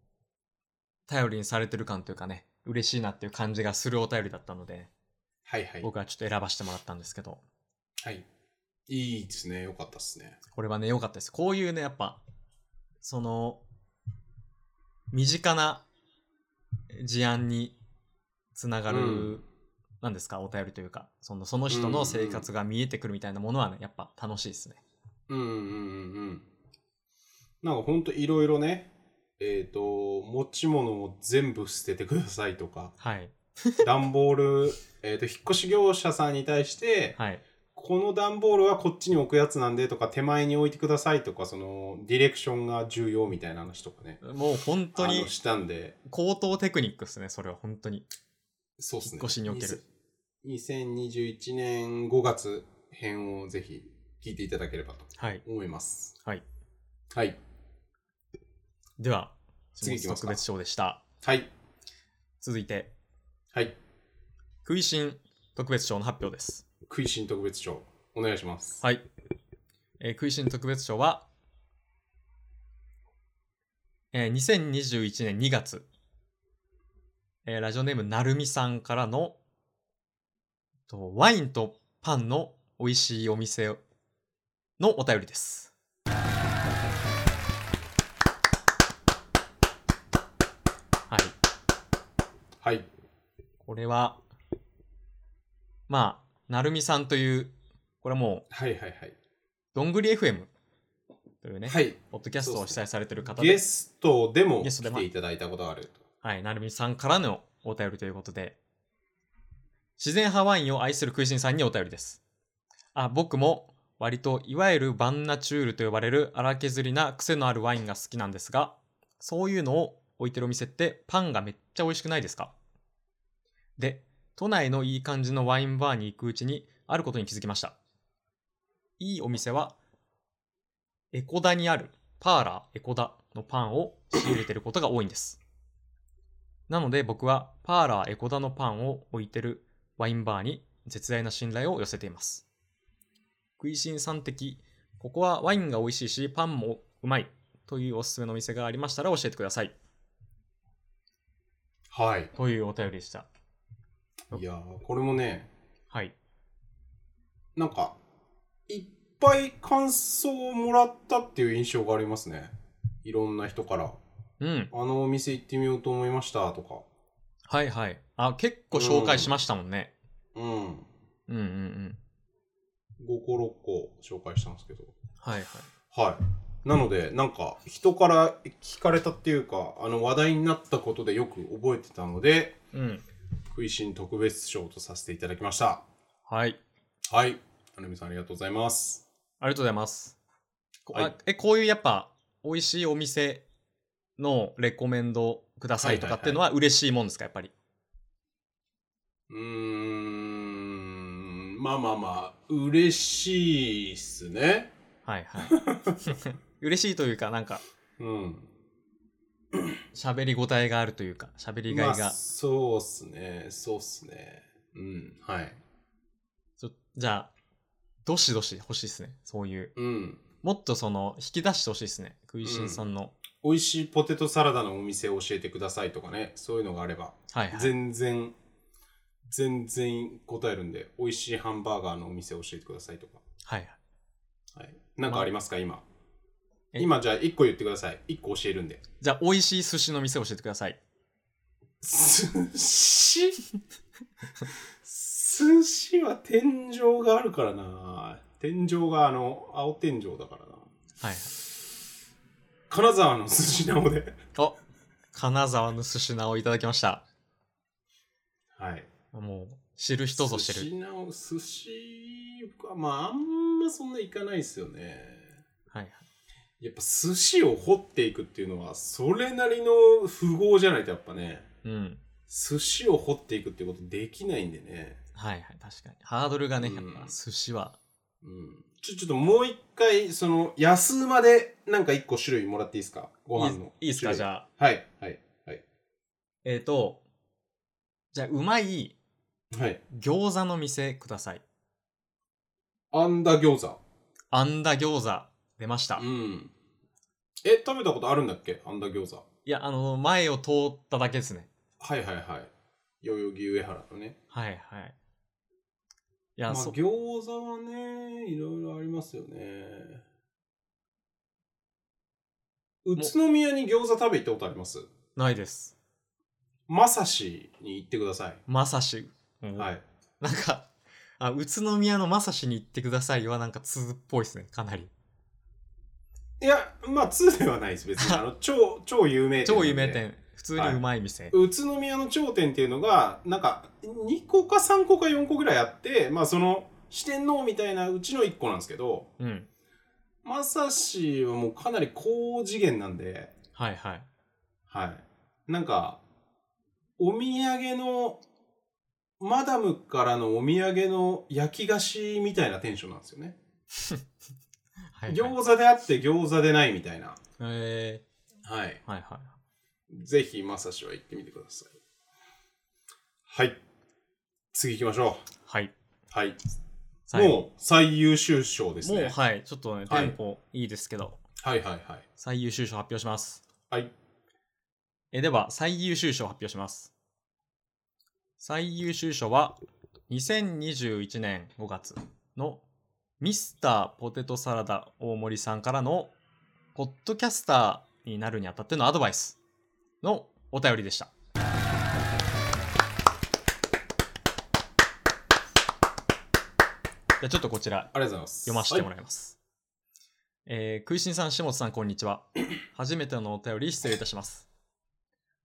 頼りにされてる感というかね、嬉しいなっていう感じがするお便りだったので、
はいはい。
僕はちょっと選ばせてもらったんですけど、
はい。いいですね。よかったですね。
これはね、良かったです。こういうね、やっぱ、その、身近な事案につながる、
うん
なんですか、お便りというか、そのその人の生活が見えてくるみたいなものはね、やっぱ楽しいですね。、
うんうんうんうん。なんかほんといろいろね、えっ、と、持ち物を全部捨ててくださいとか
はい。
段ボール、えっ、と、引っ越し業者さんに対して、
はい。
この段ボールはこっちに置くやつなんでとか、手前に置いてくださいとか、その、ディレクションが重要みたいな話とかね。
もう本当
あ
に
の、したんで、
高等テクニックですね、それは本当に。
そうですね。
引っ越しにおける
2021年5月編をぜひ聞いていただければと
はい。
思います。
はい。
はい。
では、
次行きます
特
か
別賞でした。
はい。
続いて、
はい。
食いしん特別賞の発表です。
食いしん特別賞、お願いします。
はい。えー、食いしん特別賞は、えー、2021年2月、えーラジオネームなるみさんからの、とワインとパンの美味しいお店のお便りです。はい。
はい。
これは、まあ、なるみさんという、これはもう、
はいはいはい。
どんぐり FM というね、
はい。
ポッドキャストを主催されてる方で
ゲストでも
ゲストで
来
も
ていただいたことがあると。
はい、なるみさんからのお便りということで、自然派ワインを愛する食いしんさんにお便りです。あ、僕も割といわゆるバンナチュールと呼ばれる荒削りな癖のあるワインが好きなんですが、そういうのを置いてるお店ってパンがめっちゃ美味しくないですかで、都内のいい感じのワインバーに行くうちにあることに気づきました。いいお店は、エコダにあるパーラーエコダのパンを仕入れてることが多いんです。なので僕はパーラーエコダのパンを置いてるワインバーに絶大な信頼を寄せています。食いしんさん的、ここはワインが美味しいしパンもうまいというおすすめのお店がありましたら教えてください。
はい。
というお便りでした。
いやー、これもね、
はい。
なんか、いっぱい感想をもらったっていう印象がありますね。いろんな人から。
うん。
あのお店行ってみようと思いましたとか。
はいはい。あ、結構紹介しましたもんね。
うん。
うんうんうん。
5個6個紹介したんですけど。
はいはい。
はい。なので、なんか、人から聞かれたっていうか、あの話題になったことでよく覚えてたので、
うん。
食いしん特別賞とさせていただきました。
はい。
はい。アルミさんありがとうございます。
ありがとうございます。こ
はい
あえ、こういうやっぱ美味しいお店のレコメンドくださいとかっていうのは嬉しいもんですか、やっぱり。
うーん、まあまあまあ、嬉しいっすね。
はいはい。 嬉しいというか、なんか、
うん。
喋り応えがあるというか、喋りがい
まあ
が。
そうっすね。そうっすね。うん。はい。
ちょじゃあ、どしどし欲しいですね。そういう。
うん。
もっとその、引き出してほしいですね。食食いしんさんの、
美味しいポテトサラダのお店を教えてくださいとかねそういうのがあれば
はいはい
全然全然答えるんで美味しいハンバーガーのお店を教えてくださいとか、
はいはい
はい、なんかありますか今
え
今じゃあ1個言ってください1個教えるんで
じゃあ美味しい寿司の店教えてください
寿 司寿司は天井があるからな天井があの青天井だからな
はいはい
金沢の寿司なので
お金沢の寿司なをいただきました
はい
もう知る人ぞ知
寿
る
司なお寿司はまああんまそんな行かないですよね
はいはい
やっぱ寿司を掘っていくっていうのはそれなりの富豪じゃないとやっぱね
うん
寿司を掘っていくってことできないんでね
はいはい確かにハードルがね
うん
やっぱ寿司は
うんちょちょっともう一回その安馬でなんか一個種類もらっていいですかご飯の
いいいですかじ
あ
ゃあ
はいはいはい
えっ、とじゃあうまい
はい
餃子の店ください
あんだ餃子
あんだ餃子出ました、
う
い
んえ食べたことあるんだっけあんだ餃子
やあの前を通っただけですね
はいはいはい代々木上原のね
はいはいい
ま
や、
あ
そ
餃子はねいろいろありますよね宇都宮に餃子食べ行ったことあります
ないです
まさしに行ってください、
まさし、うん
はい
なんかあ宇都宮のまさしに行ってくださいはなんか通っぽいですねかなり
いやまあ2ではないです別に あの超超有名店な
超
んで
有名店普通にうまい店、
宇都宮の頂点っていうのがなんか2個か3個か4個ぐらいあってまあその四天王みたいなうちの1個なんですけど
うん
まさしはもうかなり高次元なんで
はいはい
はい。なんか、お土産の、マダムからのお土産の焼き菓子みたいなテンションなんですよね。
はいはい
餃子であって餃子でないみたいな。
え
はい。
ー、はいはい
ぜひ、まさしは行ってみてください。はい。次行きましょ
はい。
う。はい。
最後
もう最優秀賞です
もう、
ね。
はい。ちょっとね、
は
テ
い
ンポいいですけど、
はいはいはい。
最優秀賞発表します。
はい。
え、では、最優秀賞発表します。最優秀賞は、2021年5月のミスターポテトサラダ大森さんからの、ポッドキャスターになるにあたってのアドバイスのお便りでした。じゃあちょっとこちら
ありがとうございます。
読ませても
ら
らいます。えー、食いしんさん、下本さん、こんにち は。初めてのお便り、失礼いたします。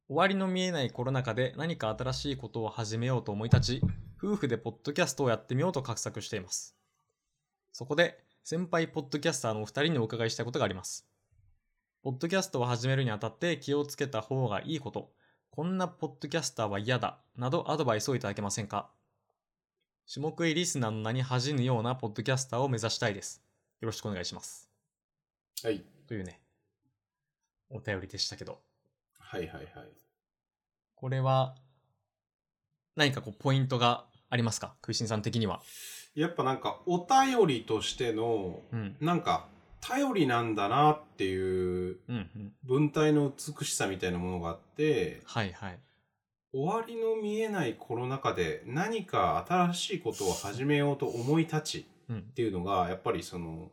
終わりの見えないコロナ禍で何か新しいことを始めようと思い立ち、夫婦でポッドキャストをやってみようと画策しています。そこで、先輩ポッドキャスターのお二人にお伺いしたいことがあります。ポッドキャストを始めるにあたって気をつけた方がいいこと、こんなポッドキャスターは嫌だ、などアドバイスをいただけませんか種目入リスナーの名に恥じぬようなポッドキャスターを目指したいです。よろしくお願いします。
います。
というね、お便りでしたけど、
はい。はいはいはい。
これは、何かこう、ポイントがありますか食いしんさん的には。
やっぱなんか、お便りとしての、
うん。
なんか頼りなんだなっていう
うん、うん。
文体の美しさみたいなものがあって
はいはい。
終わりの見えないコロナ禍で何か新しいことを始めようと思い立ちっ
うん。
ていうのがやっぱりその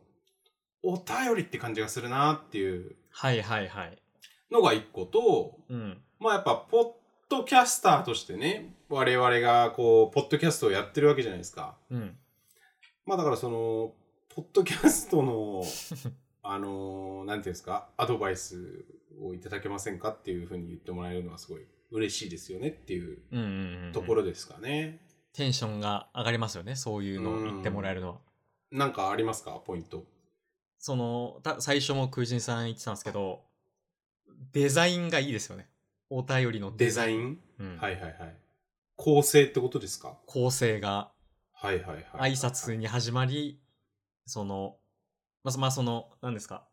お便りって感じがするなっていう
はいはいはい。
のが一個と
うん。
まあやっぱポッドキャスターとしてね我々がこうポッドキャストをやってるわけじゃないですか。
うん。
まあだからその、ポッドキャス トの、あのーなんていうんですか、アドバイスをいただけませんかっていうふうに言ってもらえるのはすごい嬉しいですよねっていう
うん、うんうん。
ところですかね。
テンションが上がりますよね。そういうのを言ってもらえるのは。
なんかありますかポイント。
その、た最初も食いしんさん言ってたんですけど、デザインがいいですよね。お便りの
デザ
イン。
イン、
うん。
はいはいはい。構成ってことですか
構成が
はいはいはい。
挨拶に始まり、その、まあ、そまあ、その、何ですか、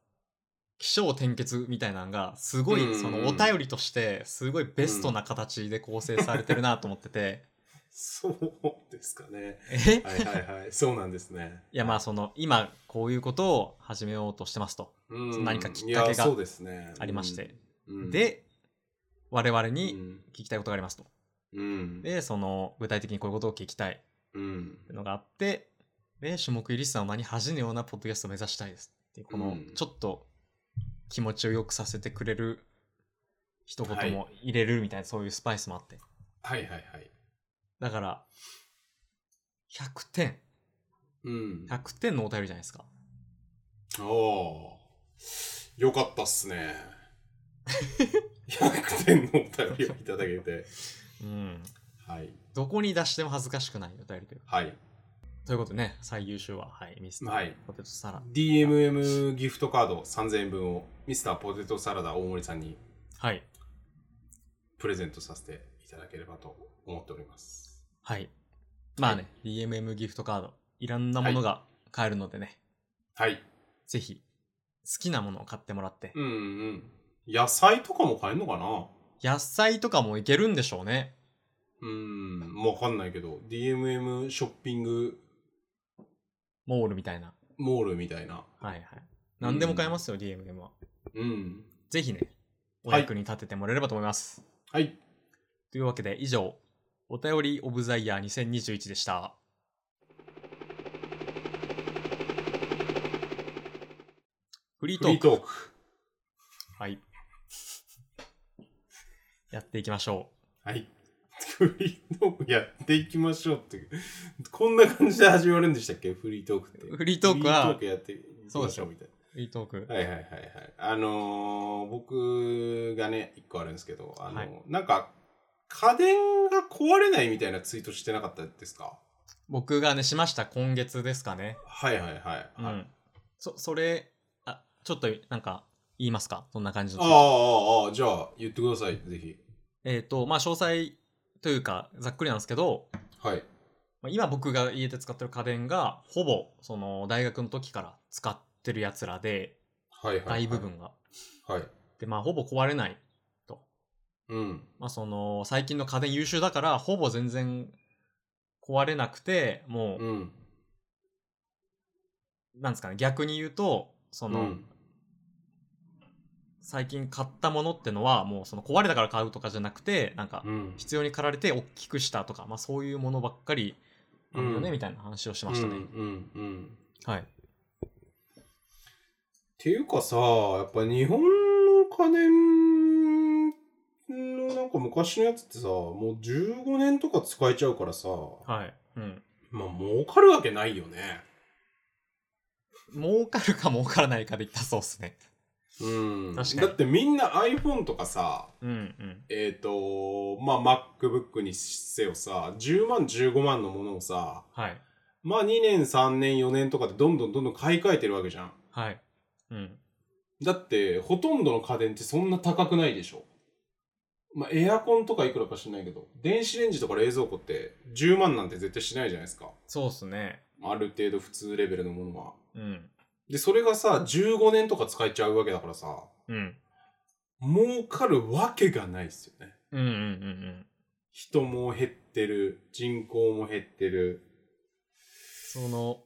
起承転結みたいなのが、すご
うんうん
い、
うん
その、お便りとして、すごいベストな形で構成されてるなと思ってて、
そうですかね。
え
はいはい はい。そうなんですね。
いやまあその今こういうことを始めようとしてますと、
うん
何かきっかけが
いやそうですね
ありまして、
うんうん
で我々
う
に
ん
聞きたいことがありますと、
うん
でその具体的にこういうことを聞きたいっ
うん
ていうのがあってで種目入りスさんを名に恥じぬようなポッドキャストを目指したいですっていうこ
う
の
ん
ちょっと気持ちを良くさせてくれる一
は
言
い
も入れるみたいな、そういうスパイスもあって
はいはいはい。
だから100点
うん、
100点のお便りじゃないですか
おおーよかったっすね。100点のお便りをいただけて。
うん
はい。
どこに出しても恥ずかしくないお便りという
はい。
ということでね最優秀ははいミスタ
は
ー
い
ポテトサラ
DMM ギフトカード3000円分をミスターポテトサラダ大森さんに
はい
プレゼントさせていただければと思っております。
はい。まあね、DMM ギフトカード、いろんなものが買えるのでね、
はい。
ぜひ、好きなものを買ってもらって、
うんうん。野菜とかも買えるのかな
野菜とかもいけるんでしょうね。
うん、わかんないけど、DMM ショッピング
モールみたいな。
モールみたいな。
はいはい。何でも買えますよ、DMM は。
うん。
ぜひね、お
はい
役に立ててもらえればと思います。
はい。
というわけで、以上、お便りオブザイヤー2021でした。フリー
フ
ト
リ
ー
ー
ク。
トーク。
はい。やっていきましょう。
はい。フリートークやっていきましょうっていう。こんな感じで始まるんでしたっけフリートークって。
フリートークは
フリートークやっていきましょうみたい
フリートーク。
な。はいはいはいはい。あのー僕がね、一個あるんですけど、あのー
はい
なんか、家電が壊れないみたいなツイートしてなかったですか
僕がねしました今月ですかね、
はいはいはい。
うん
はい、
そそれあちょっとなんか言いますかそんな感じ
ああ
の
ああああ、じゃあ言ってください、ぜひ。
えっ、とまあ詳細というかざっくりなんですけど
はい。
まあ今僕が家で使ってる家電がほぼその大学の時から使ってるやつらで
はいはい、はい。
大部。分が、
はい。
でまあほぼ壊れない
うん。
まあその最近の家電優秀だからほぼ全然壊れなくてもう、
うん。
なんですかね逆に言うとその、
うん
最近買ったものってのはもうその壊れたから買うとかじゃなくてなんか
うん。
必要に駆られて大きくしたとか、まあ、そういうものばっかりあるよね、
うん
みたいな話をしましたね、
うんうん。うん
はい
っていうかさ、やっぱ日本の家電のなんか昔のやつってさ、もう15年とか使えちゃうからさ、
はい、うん、
まあ儲かるわけないよね。
儲かるか儲からないかで言ったらそうっすね
うん。
確かに
だってみんな iPhone とかさ、
うんうん
えっ、と、まあ MacBook にせよさ、10万15万のものをさ、
はい
まあ2年3年4年とかでどんどんどんどん買い替えてるわけじゃん。
はいうん
だってほとんどの家電ってそんな高くないでしょまあエアコンとかいくらかしないけど電子レンジとか冷蔵庫って10万なんて絶対しないじゃないですか
そうっすね
ある程度普通レベルのものは
うん
でそれがさ15年とか使えちゃうわけだからさ
うん
儲かるわけがないですよね
うんうんうんうん
人も減ってる人口も減ってる
その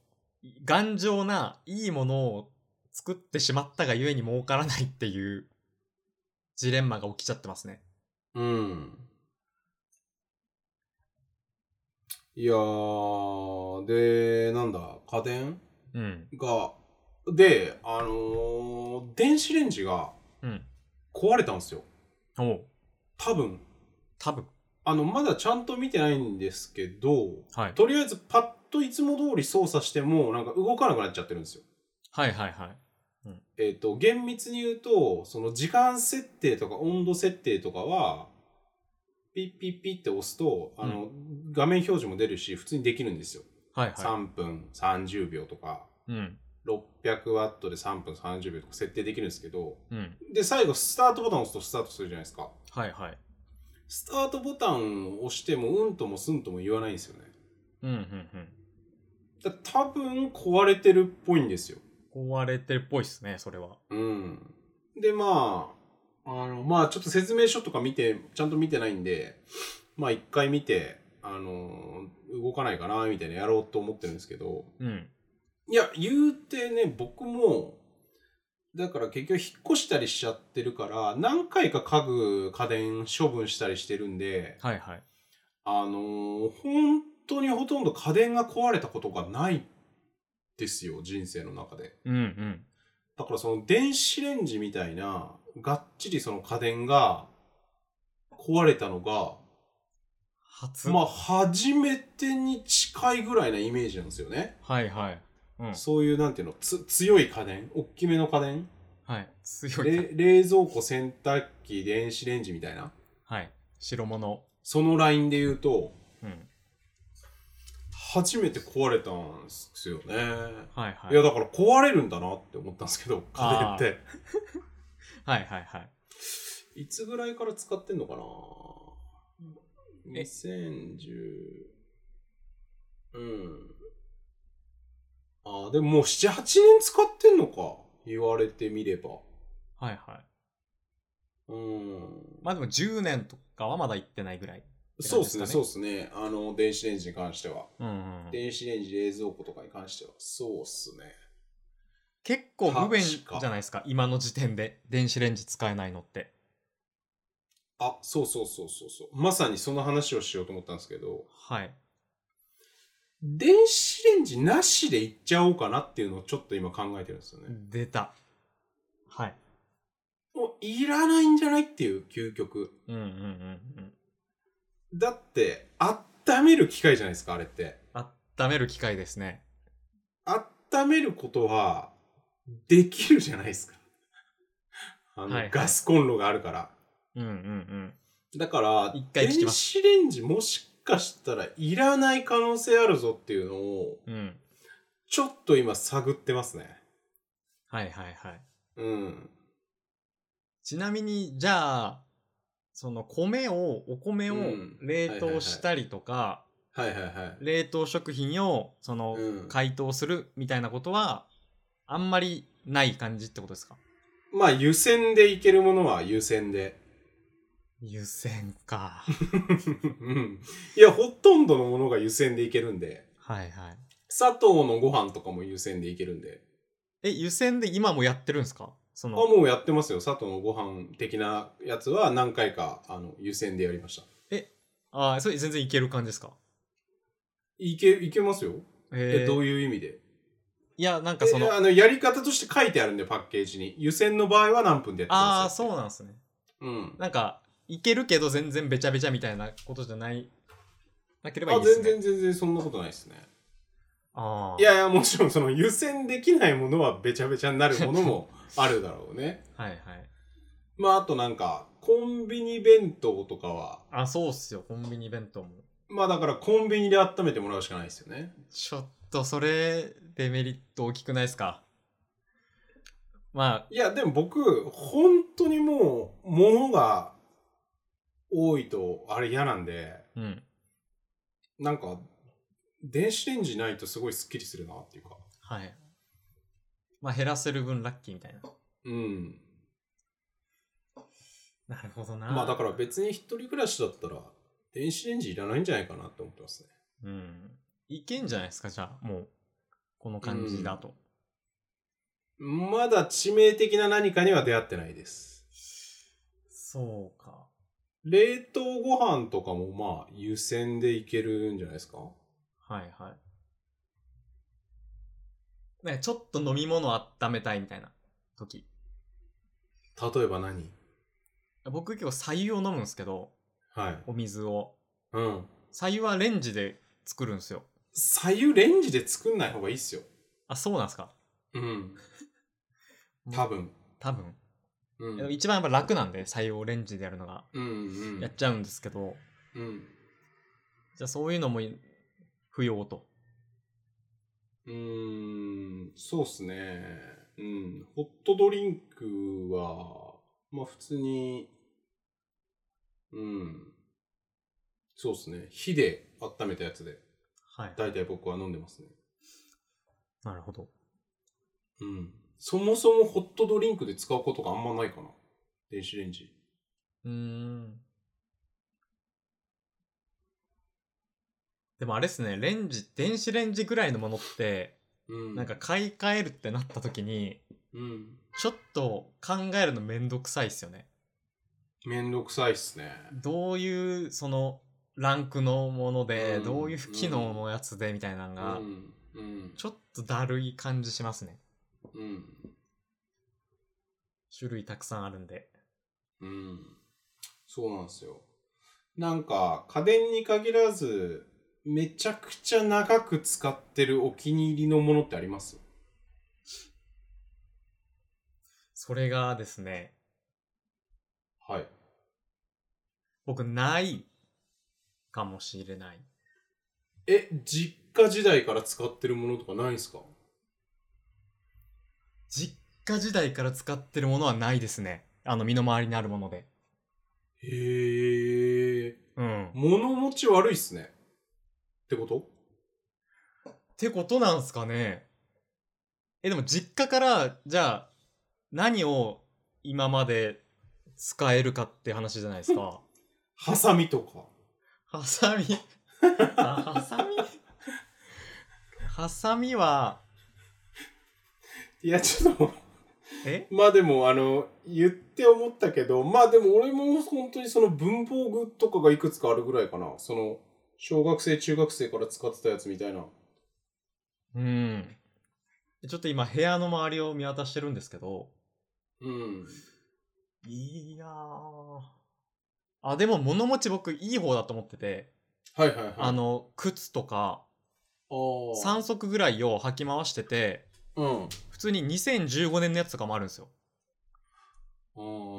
頑丈ないいものを作ってしまったがゆえに儲からないっていうジレンマが起きちゃってますね
うんいやーでなんだ家電
うん
が、で、あのー電子レンジが
うん
壊れたんですよ。
おう
多分。
多分
あの、まだちゃんと見てないんですけど、
はい
とりあえずパッといつも通り操作しても、なんか動かなくなっちゃってるんですよ。
はいはいはい
えっ、と、厳密に言うと、その時間設定とか温度設定とかは、ピッピッピッって押すと、あの、画面表示も出るし、普通にできるんですよ。
はいは
3分30秒とか、
いうん
600ワットで3分30秒とか設定できるんですけど、
うん
で、最後、スタートボタンを押すとスタートするじゃないですか。
はいはい
スタートボタンを押しても、うんともすんとも言わないんですよね。
うんうんうん
だ多分、壊れてるっぽいんですよ。
壊れてるっぽいっすね、それは。
うん。で、まあ、あの、まあ、ちょっと説明書とか見て、ちゃんと見てないんで、まあ、一回見て、あのー動かないかなみたいなやろうと思ってるんですけど
うん。
いや言うてね僕もだから結局引っ越したりしちゃってるから何回か家具家電処分したりしてるんで
はいはい。
あのー本当にほとんど家電が壊れたことがないですよ人生の中で
うんうん。
だからその電子レンジみたいながっちりその家電が壊れたのが
初。
まあ初めてに近いぐらいなイメージなんですよね、
はいはい。うん。
そういうなんていうのつ強い家電大きめの家電
はい。強い。
れ冷蔵庫洗濯機電子レンジみたいな
はい。白物。
そのラインで言うと
うん。
初めて壊れたんですよね、、
はいはいい。
やだから壊れるんだなって思ったんですけど家電
あー
って
はいはいはい。
いつぐらいから使ってんのかな
え
?2010。うん。あーでももう7、8年使ってんのか。言われてみれば。
はいはい。
うん。
まあでも10年とかはまだ行ってないぐらい。
そうですね、
って
そう
感
ですね。あの、電子レンジに関しては。
うんうんうん。
電子レンジ、冷蔵庫とかに関しては。そうっすね。
結構不便じ
確か
ゃないですか。今の時点で電子レンジ使えないのって。
あ、そうそうそうそうそう。まさにその話をしようと思ったんですけど、
はい。
電子レンジなしでいっちゃおうかなっていうのをちょっと今考えてるんですよね。
出た。はい。
もういらないんじゃないっていう究極
うんうんうんうん。
だって温める機械じゃないですかあれって
温める機械ですね。
温めることはできるじゃないですか あの、
はいはい
ガスコンロがあるから
うんうんうん。
だから
一回聞き
電
ます
子レンジもしかしたらいらない可能性あるぞっていうのを
うん。
ちょっと今探ってますね
はいはいはい。
うん
ちなみに、じゃあ、その米を、お米を
うん
冷凍したりとか、
はいはいはい
冷凍食品を、その、
うん
解凍するみたいなことは、あんまりない感じってことですか
まあ湯煎でいけるものは湯煎で
湯煎 か。
うんいやほとんどのものが湯煎でいけるんで
はいはい。
砂糖のご飯とかも湯煎でいけるんで。
え、湯煎で今もやってるんですかそ
あ、
の、
もうやってますよ。砂糖のご飯的なやつは何回か、あの、湯煎でやりました。
ああ、それ全然いける感じですか
いけ、いけますよ。え、
え
どういう意味で
いや、なんかそ
え
の、
あの、やり方として書いてあるんで、パッケージに。湯煎の場合は何分でやって
あ
ま
あ、
す
そ
よ
うなんですね。
うん。
なんか、いけるけど全然べちゃべちゃみたいなことじゃない、なければい
あ、
いです
全
ね。
然全然そんなことないですね。
ああ。
いやいや、もちろんその湯煎できないものはべちゃべちゃになるものもあるだろうね。
はいはい。
まあ、あとなんか、コンビニ弁当とかは、
あ、そうっすよ。コンビニ弁当も。
まあだからコンビニで温めてもらうしかないですよね。
ちょっと、それ、デメリット大きくないですかま
いや、でも僕、本当にもう、物が多いと、あれ嫌なんで、
あ、うん。
なんか、電子レンジないとすごいスッキリするなっていうか。
はい。まあ、減らせる分ラッキーみたいな。
うん。
なるほどな。
まあだから別に一人暮らしだったら、電子レンジいらないんじゃないかなって思ってますね。
うん。いけんじゃないですか、じゃあ、もう。この感じだと。
まだ致命的な何かには出会ってないです。
そうか。
冷凍ご飯とかもまあ、湯煎でいけるんじゃないですか
はいはい。ね、ちょっと飲み物温めたいみたいな時。
例えば何
僕結構白湯を飲むんですけど、
はい。
お水を。
うん。
白湯はレンジで作るんですよ。
左右レンジで作んない方がいいっすよ。
あ、そうなんですか
うん。多。分。
多分。
うん
でも一番やっぱ楽なんで、白湯をレンジでやるのが。
うんうん
やっちゃうんですけど、
うん
じゃあそういうのもい不要と。
うーんそうっすねうんホットドリンクはまあ普通にうんそうっすね火で温めたやつで
はい。
大体僕は飲んでますね
なるほど。
うんそもそもホットドリンクで使うことがあんまないかな電子レンジ
うーん。でもあれですね、レンジ、電子レンジぐらいのものって、
うん
なんか買い替えるってなった時に、
うん
ちょっと考えるのめんどくさいっすよね。
めんどくさいっすね
どういう、その、ランクのもので、
うん
どういう機能のやつで、みたいなの
う
が、
んうん
ちょっとだるい感じしますね。
うん
種類たくさんあるんで。
うんそうなんですよなんか家電に限らずめちゃくちゃ長く使ってるお気に入りのものってあります
それがですね、
はい
僕、ないかもしれない。
え実家時代から使ってるものとかないんすか
実家時代から使ってるものはないですね。あの、身の回りにあるもので。
へえ
うん。
物持ち悪いっすねってこと
ってことなんすかねえでも実家からじゃあ何を今まで使えるかって話じゃないです か
ハサミとか
ハサミあ ハサミハサミはい
やちょっと
え
まあでもあの言って思ったけどまあでも俺も本当にその文房具とかがいくつかあるぐらいかなその小学生中学生から使ってたやつみたいな
うんちょっと今部屋の周りを見渡してるんですけど
うん
いやーあでも物持ち僕いい方だと思ってて、
はいはいはい
あの靴とか
あー
3足ぐらいを履き回してて
うん
普通に2015年のやつとかもあるんですよ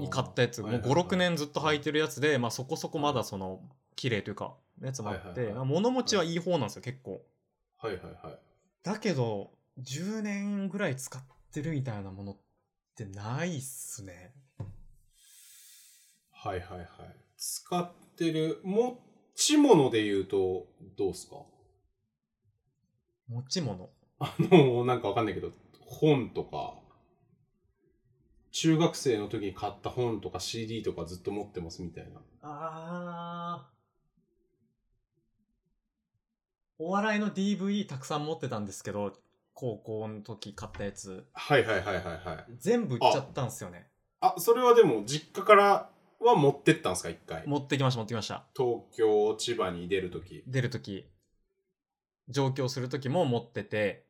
に買ったやつもう56年ずっと履いてるやつで、まあ、そこそこまだその綺麗というかやつもあって、
はいはいはい
まあ物持ちはいい方なんですよ結構
はいはいはい
だけど10年ぐらい使ってるみたいなものってないっすね
はいはいはい使ってる持ち物で言うとどうっすか
持ち物
あのなんかわかんないけど本とか中学生の時に買った本とか CD とかずっと持ってますみたいな
あーお笑いの DVD たくさん持ってたんですけど高校の時買ったやつ
はいはいはいはいはい
全部売っちゃったんですよね
あそれはでも実家からは持ってったんすか一回
持ってきました持ってきました
東京千葉に出る時
出るとき、上京するときも持ってて、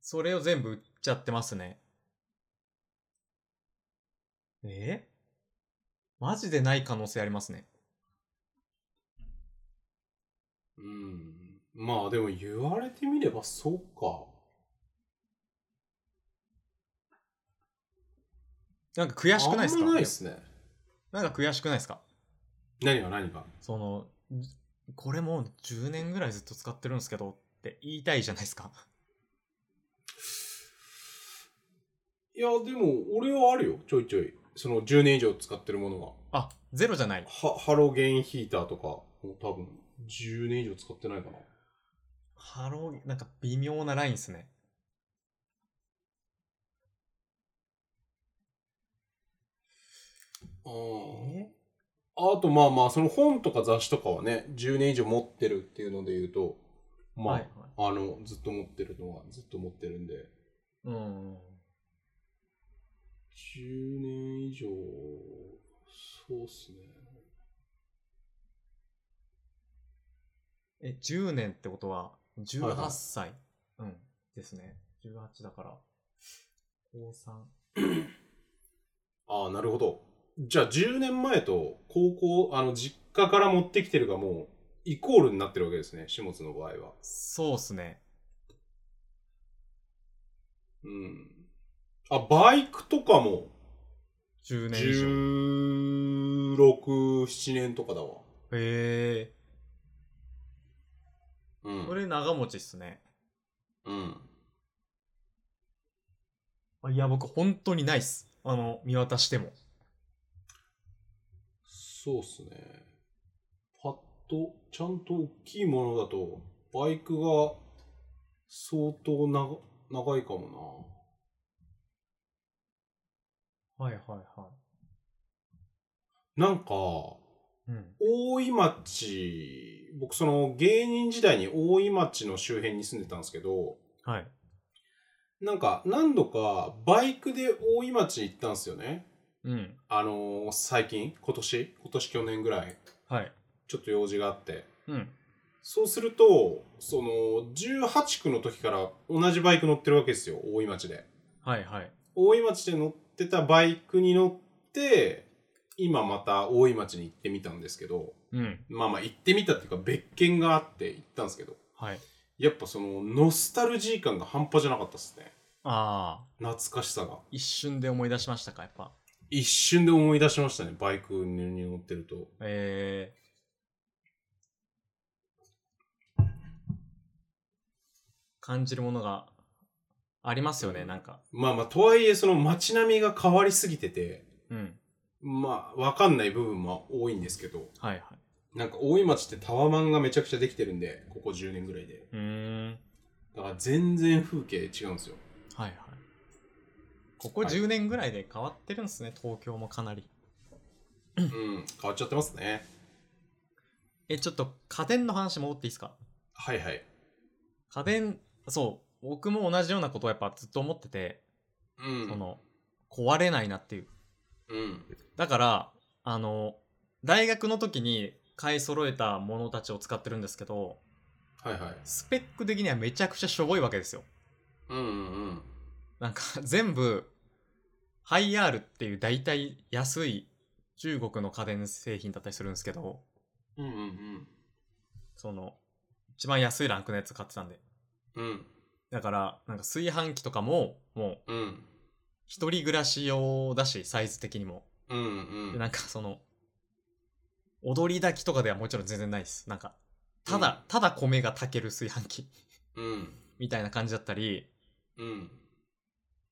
それを全部売っちゃってますね。えマジでない可能性ありますね。
うんまあでも言われてみればそうか
なんか悔しくないです
あん
か
まないっすね
なんか悔しくないですか
何が何が
その、じこれもう10年ぐらいずっと使ってるんですけどって言いたいじゃないですか。
いやでも俺はあるよちょいちょいその10年以上使ってるものは
あ、ゼロじゃない。
はハロゲンヒーターとかもう多分10年以上使ってないかな
ハロー、なんか微妙なラインですね。
あーあとまあまあその本とか雑誌とかはね10年以上持ってるっていうので言うとまあ、
はいはい
あのずっと持ってるのはずっと持ってるんで
うん。
10年以上そうっすね
え、10年ってことは、
はいは
18
い
歳、うん。ですね。18だから、高3。
ああなるほどじゃあ10年前と高校あの実家から持ってきてるがもうイコールになってるわけですね始末の場合は
そうっすね。
うんあバイクとかも
10年以上。
1617年とかだわ
へえ
う
ー。
ん
これ長持ちっすね。
うん
あいや、僕、本当にないっす。あの、見渡しても。
そうっすね。パッと、ちゃんと大きいものだと、バイクが相当な長いかも
はいはいはい。
な。なんか、
うん。
大井町、僕その芸人時代に大井町の周辺に住んでたんですけど、
はい。
なんか何度かバイクで大井町行ったんですよね。
うん。
あのー最近、今年、今年去年ぐらい、
はい。
ちょっと用事があって。
うん。
そうすると、その、18区の時から同じバイク乗ってるわけですよ、大井町で。
はいはい。
大井町で乗ってたバイクに乗って、今また大井町に行ってみたんですけど、
うん。
まあまあ行ってみたっていうか別件があって行ったんですけど、
はい。
やっぱその、ノスタルジー感が半端じゃなかったですね。
ああ、
懐かしさが。
一瞬で思い出しましたか、やっぱ。
一瞬で思い出しましたね、バイクに乗ってると。
えー感じるものがありますよね、なんか。
まあまあ、とはいえその街並みが変わりすぎてて、
うん。
まあ、わかんない部分も多いんですけど、
はいはい。
なんか大井町ってタワマンがめちゃくちゃできてるんで、ここ10年ぐらいで。
うーん。
だから全然風景違うんですよ。
はいはい。ここ
はい
10年ぐらいで変わってるんですね、東京もかなり。
うん、変わっちゃってますね。
え、ちょっと家電の話戻っていいですか
はいはい。
家電、そう、僕も同じようなことをやっぱずっと思ってて、
うん。
その、壊れないなっていう。
うん。
だから、あの、大学の時に買い揃えたものたちを使ってるんですけど、
はいはい。
スペック的にはめちゃくちゃしょぼいわけですよ。
うんうん
なんか 全部、ハイアールっていう大体安い中国の家電製品だったりするんですけど、
うん。うんうん
その、一番安いランクのやつ買ってたんで。
うん。うん。
だから、なんか炊飯器とかも、もう、
うん。
一人暮らし用だし、サイズ的にも。
うんう
で、
ん。
なんかその、踊り炊きとかではもちろん全然ないです。なんか、ただ、ただ米が炊ける炊飯器
うん。
みたいな感じだったり、
うん。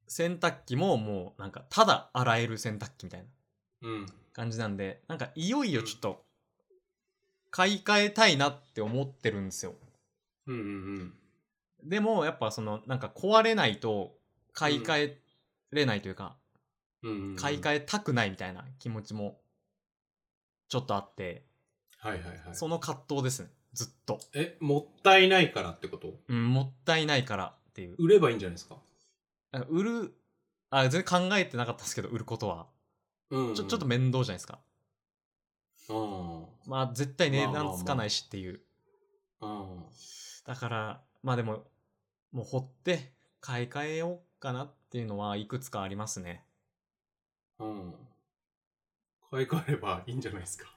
洗濯機ももうなんか、ただ洗える洗濯機みたいな
うん。
感じなんで、なんかいよいよちょっと、買い替えたいなって思ってるんですよ。
うんうん
でも、やっぱその、なんか壊れないと、買い替えれないというか、
うん。
買い
え。
替えたくないみたいな気持ちも、ちょっとあって、
はいはいはい。
その葛藤ですね。ずっと。
え、もったいないからってこと
うん、もったいないからっていう。
売ればいいんじゃないですか
なんか売る、あ、全然考えてなかったですけど、売ることは。
うんうん
ちょ、ちょっと面倒じゃないですか。
うん。
まあ、絶対値
まあまあま
段
あ
つかないしっていう。
うん。
だから、まあでも、もう掘って買い替えようかなっていうのはいくつかありますね。
うん。買い替えればいいんじゃないですか。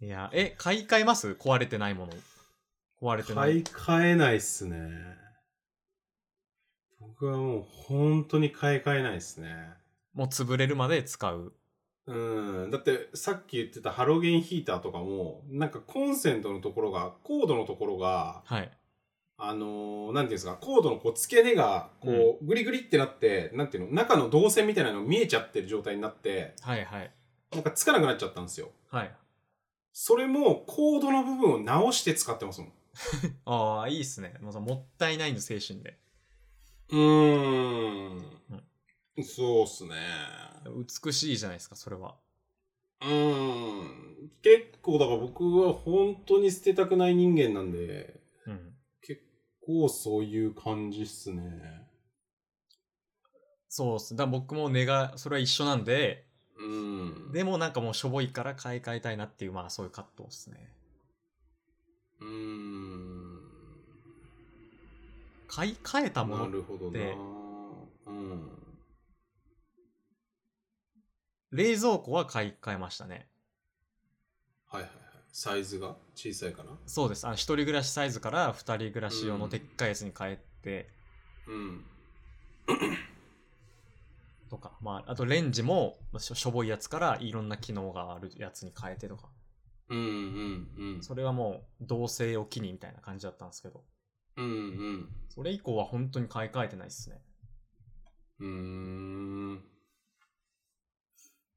いや、え、買い替えます壊れてないもの。壊れてない。
買い替えないっすね。僕はもう本当に買い替えないっすね。
もう潰れるまで使う。
うん。だってさっき言ってたハロゲンヒーターとかも、なんかコンセントのところが、コードのところが、
はい。
あのーなんていうんですか、コードのこう付け根が、こう、グリグリってなって、なんていうの、中の導線みたいなの見えちゃってる状態になって、
はいはい。
なんかつかなくなっちゃったんですよ。
はい。
それもコードの部分を直して使ってますもん。
ああ、いいっすね。もうそのもったいないの精神で。
うーん。そうっすね。
美しいじゃないですか、それは。
うーん。結構、だから僕は本当に捨てたくない人間なんで、
うん。
結構そういう感じっすね。
そうっす。だから僕も根が、それは一緒なんで、
うん。
でもなんかもうしょぼいから買い替えたいなっていう、まあそういう葛藤っすね。
うーん。
買い替えたも
な
の、
るほどな
で。
うん。
冷蔵庫は買い替えましたね。
はいはいはい。サイズが小さいかな。
そうです。あの、一人暮らしサイズから二人暮らし用のでっかいやつに変えて、
うん。
とか、まあ、あとレンジもしょしょぼいやつからいろんな機能があるやつに変えてとか、
うんうんうん。
それはもう同性を機にみたいな感じだったんですけど、
うんうん。
それ以降は本当に買い替えてないっすね。
うーん。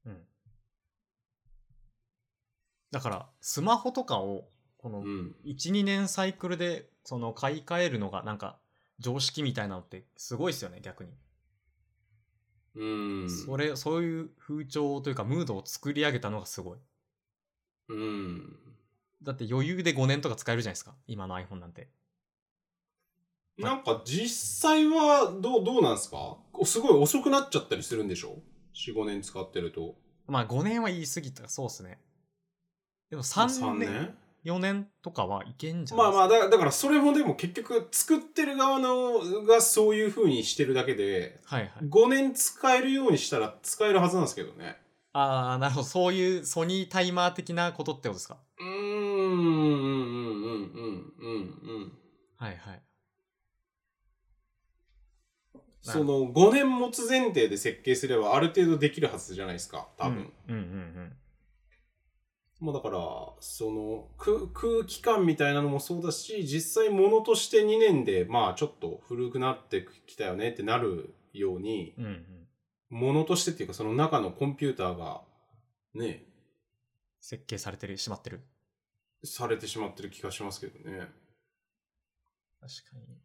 うん。だから、スマホとかを、こ
う
の、
ん。
1、2年サイクルで、その、買い替えるのが、なんか、常識みたいなのって、すごいですよね、逆に。
うん。
それ、そういう風潮というか、ムードを作り上げたのがすごい。
うん。
だって余裕で5年とか使えるじゃないですか今の iPhone なんて
なんか実際はどう、どうなんですかすごい遅くなっちゃったりするんでしょ ?4、5年使ってると。
まあ5年は言い過ぎたそうっすねでも3年4
三
年とかはいけんじゃな
ま
い
あ
ですか
まあだ、だからそれもでも結局作ってる側のがそういう風にしてるだけで、
はいはい
5年使えるようにしたら使えるはずなんですけどね。
ああなるほどそういうソニータイマー的なことってことですか
うーん、うん、うん、うん、うん、うん。
はいはいな
その5年持つ前提で設計すればある程度できるはずじゃないですか、多分。
うん、うんうん
まあだから、その空空気感みたいなのもそうだし、実際ものとして2年で、まあちょっと古くなってきたよねってなるように、
うんうんうん
ものとしてっていうかその中のコンピューターが、ね、
設計されてるしまってる
されてしまってる気がしますけどね。
確かに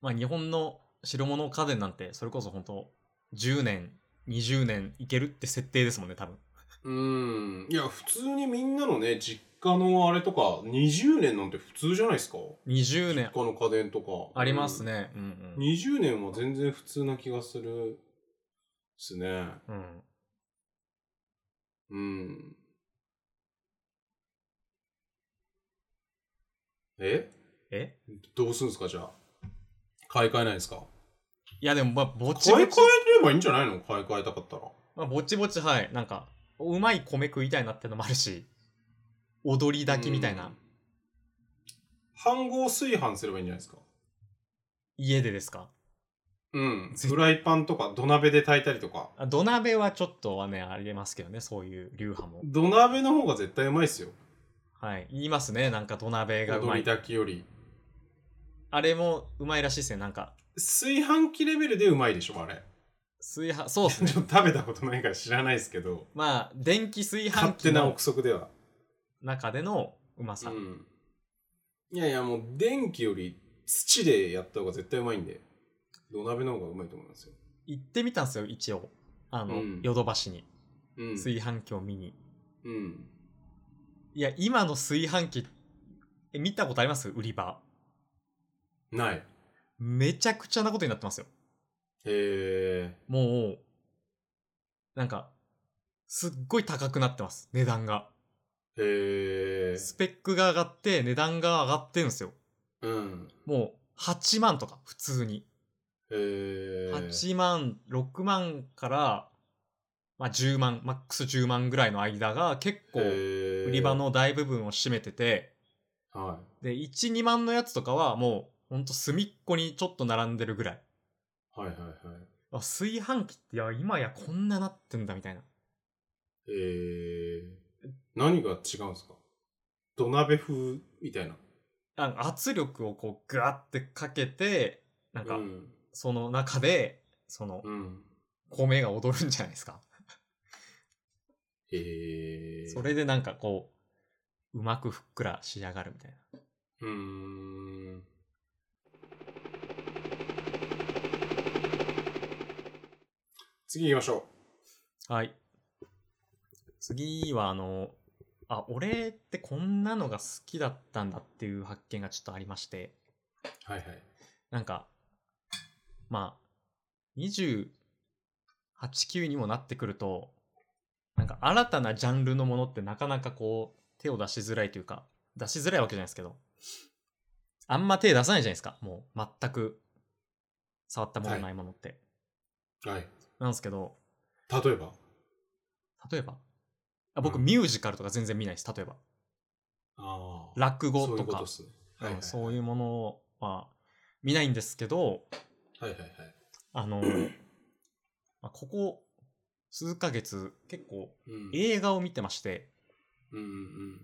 まあ日本の白物家電なんてそれこそ本当10年20年いけるって設定ですもんね多分
うーん。いや、普通にみんなのね、実家のあれとか、20年なんて普通じゃないですか
20年
他の家電とか。
ありますねうんうん、
20年は全然普通な気がするですね。
うん、
うん。え
え
どうすんすかじゃあ。買い替えないですか
いやでもまあぼち
買い替
ぼ
え
ち、
ればいいんじゃないの買い替えたかったら。
まあ、ぼちぼちはいなんかうまい米食いたいなってのもあるし踊り炊きみたいな、
うん。半合炊飯すればいいんじゃないですか
家でですか
うん。
ぜ
フライパンとか土鍋で炊いたりとか。
あ土鍋はちょっとはねありえますけどねそういう流派も
土鍋の方が絶対うまいっすよ。
はい言いますねなんか土鍋がう
踊
ま
り
い
炊きより。
あれもうまいらしいですねなんか
炊飯器レベルでうまいでしょ、あれ。
炊飯そうですね
ちょっと 食べたことないから知らないですけど、
まあ電気炊飯
勝
器
手な
の
憶測では。
中でのうまさ、
うん。いやいや、もう電気より土でやった方が絶対うまいんで、土鍋の方がうまいと思いますよ。
行ってみたんですよ一応あの
うん
ヨドバシに
うん。
炊飯器を見に、
うん。
いや今の炊飯器え見たことあります売り場
ない。へ
めちゃくちゃなことになってますよ
え。
もうなんかすっごい高くなってます値段が
へえ。
スペックが上がって値段が上がってるんですよ
うん。
もう8万とか普通に
へえ。
8万、6万から、まあ、10万、マックス10万ぐらいの間が結構売
売
り場。の大部分を占めてて、
は
で、1、2万のやつとかはもうほんと隅っこにちょっと並んでるぐらい。
い。はいはいはい。
あ炊飯器っていや今やこんななってんだみたいな。
えー、何が違うんですか土鍋風みたいな。
なんか圧力をこうグワってかけて、なんか
うん。
その中で、その
うん。
米が踊るんじゃないですか。
えー、
そ。れでなんかこう、うまくふっくら仕上がるみたいな。
うーん。次行きましょ
はい。次は、あの、あ、俺ってこんなのが好きだったんだっていう発見がちょっとありまして、
う。はいはい。
なんか、まあ、28、9にもなってくると、なんか新たなジャンルのものってなかなかこう、手を出しづらいというか、出しづらいわけじゃないですけど、あんま手出さないじゃないですか、もう全く触ったものないものって。
はい。
なんですけど、
例えば
例えばあ僕、
うん
ミュージカルとか全然見ないです例えば
ああ。
落語
そうい
と
うこと
か
っすね。はいはい
うんそういうものは見ないんですけど
はいはいはい。
あ の、まあ、ここ数ヶ月結構
うん。
映画を見てまして
うんうん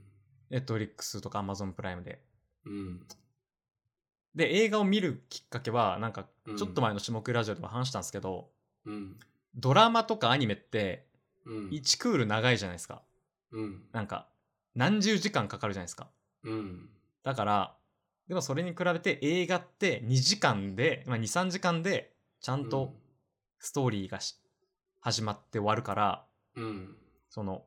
ネットフリックスとかアマゾンプライムで
うん。
で映画を見るきっかけはなんか
うん
ちょっと前の種目ラジオでも話したんですけど、
うん。
ドラマとかアニメって
うん。
1クール長いじゃないですか
うん。
なんか何十時間かかるじゃないですか
うん。
だから、でもそれに比べて映画って2時間で、まあ、2、3時間でちゃんとストーリーがし始まって終わるから、
うん。
その、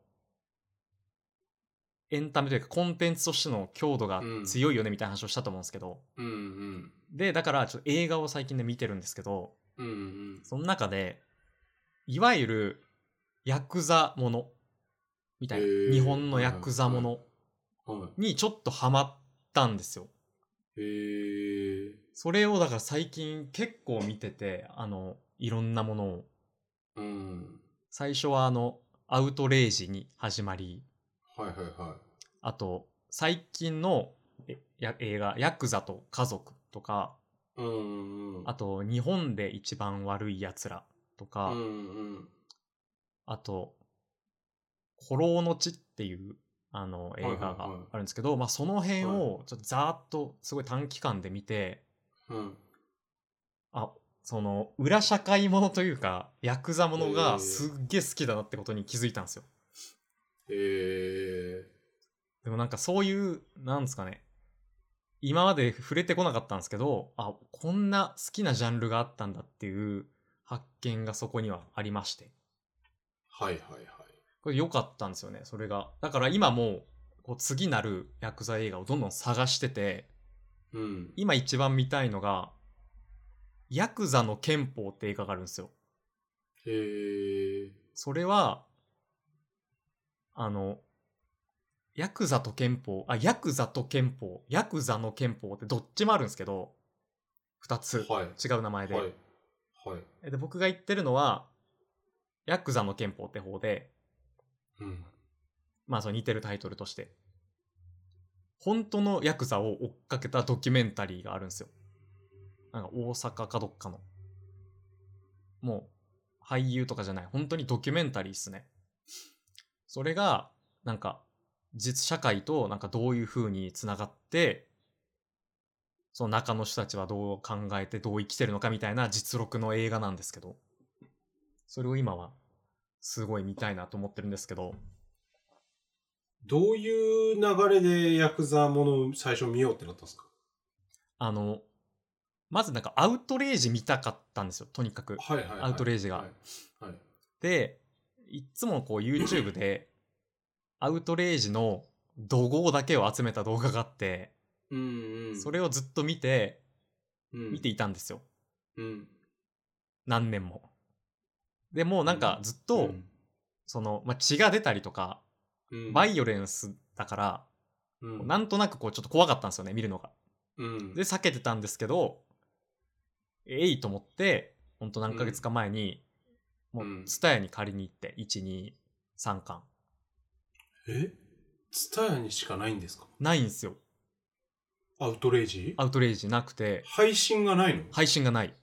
エンタメというかコンテンツとしての強度が強いよねみたいな話をしたと思うんですけど、
うんうん
でだからちょっと映画を最近で見てるんですけど
うんうん
その中でいわゆるヤクザものみたいな、
へー
日本のヤクザもの
うんは
にちょっとハマったんですよ
いへえ
それをだから最近結構見ててあのいろんなものを
うん
最初はあのアウトレイジに始まり
はいはいは
あと最近のえや映画「ヤクザと家族」とか
いうんうん
あと「日本で一番悪いやつら」とか、
うんうん
あと「古老の地」っていうあの映画
はいはい
が
はい
あるんですけど、まあ、その辺をちょっとざーっとすごい短期間で見て
うん
あその裏社会ものというかヤクザものがすっげえ好きだなってことに気づいたんですよ。
へえ
でもなんかそういう、なんですかね、今まで触れてこなかったんですけど、あ、こんな好きなジャンルがあったんだっていう発見がそこにはありまして。
はいはいはい
これ良かったんですよね、それが。だから今もう、こう次なるヤクザ映画をどんどん探してて、
うん
今一番見たいのが、ヤクザの憲法って映画があるんですよ。
へえ
それは、あの、ヤクザと憲法、あ、ヤクザと憲法、ヤクザの憲法ってどっちもあるんですけど、二つ
はい
違う名前で,、
はいはい
で。僕が言ってるのは、ヤクザの憲法って方で、
うん
まあその似てるタイトルとして、本当のヤクザを追っかけたドキュメンタリーがあるんですよ。なんか大阪かどっかの。もう、俳優とかじゃない、本当にドキュメンタリーっすね。それが、なんか、実社会となんかどういう風につながって、その中の人たちはどう考えてどう生きてるのかみたいな実録の映画なんですけど、それを今はすごい見たいなと思ってるんですけど、
どういう流れでヤクザものを最初見ようってなったんですか
あの、まずなんかアウトレイジ見たかったんですよ、とにかく。
はいはいはい
アウトレイジが
はいはい
で、いっつもこう YouTube で、アウトレイジの怒号だけを集めた動画があって、
うんうん
それをずっと見て、見
見
ていたんですよ。
うん
何年も。でもうなんかずっと、その、まあ、血が出たりとか、
うん
バイオレンスだから、
うん
なんとなくこうちょっと怖かったんですよね、見るのが。
うん
で、避けてたんですけど、えいと思って、ほんと何ヶ月か前に、
ん
も
う、
うんツタヤに借りに行って、1、2、3巻。
えツタヤにしかないんですか
ないんですよ。
アウトレイジ
アウトレイジなくて、
配信がないの
配信がない。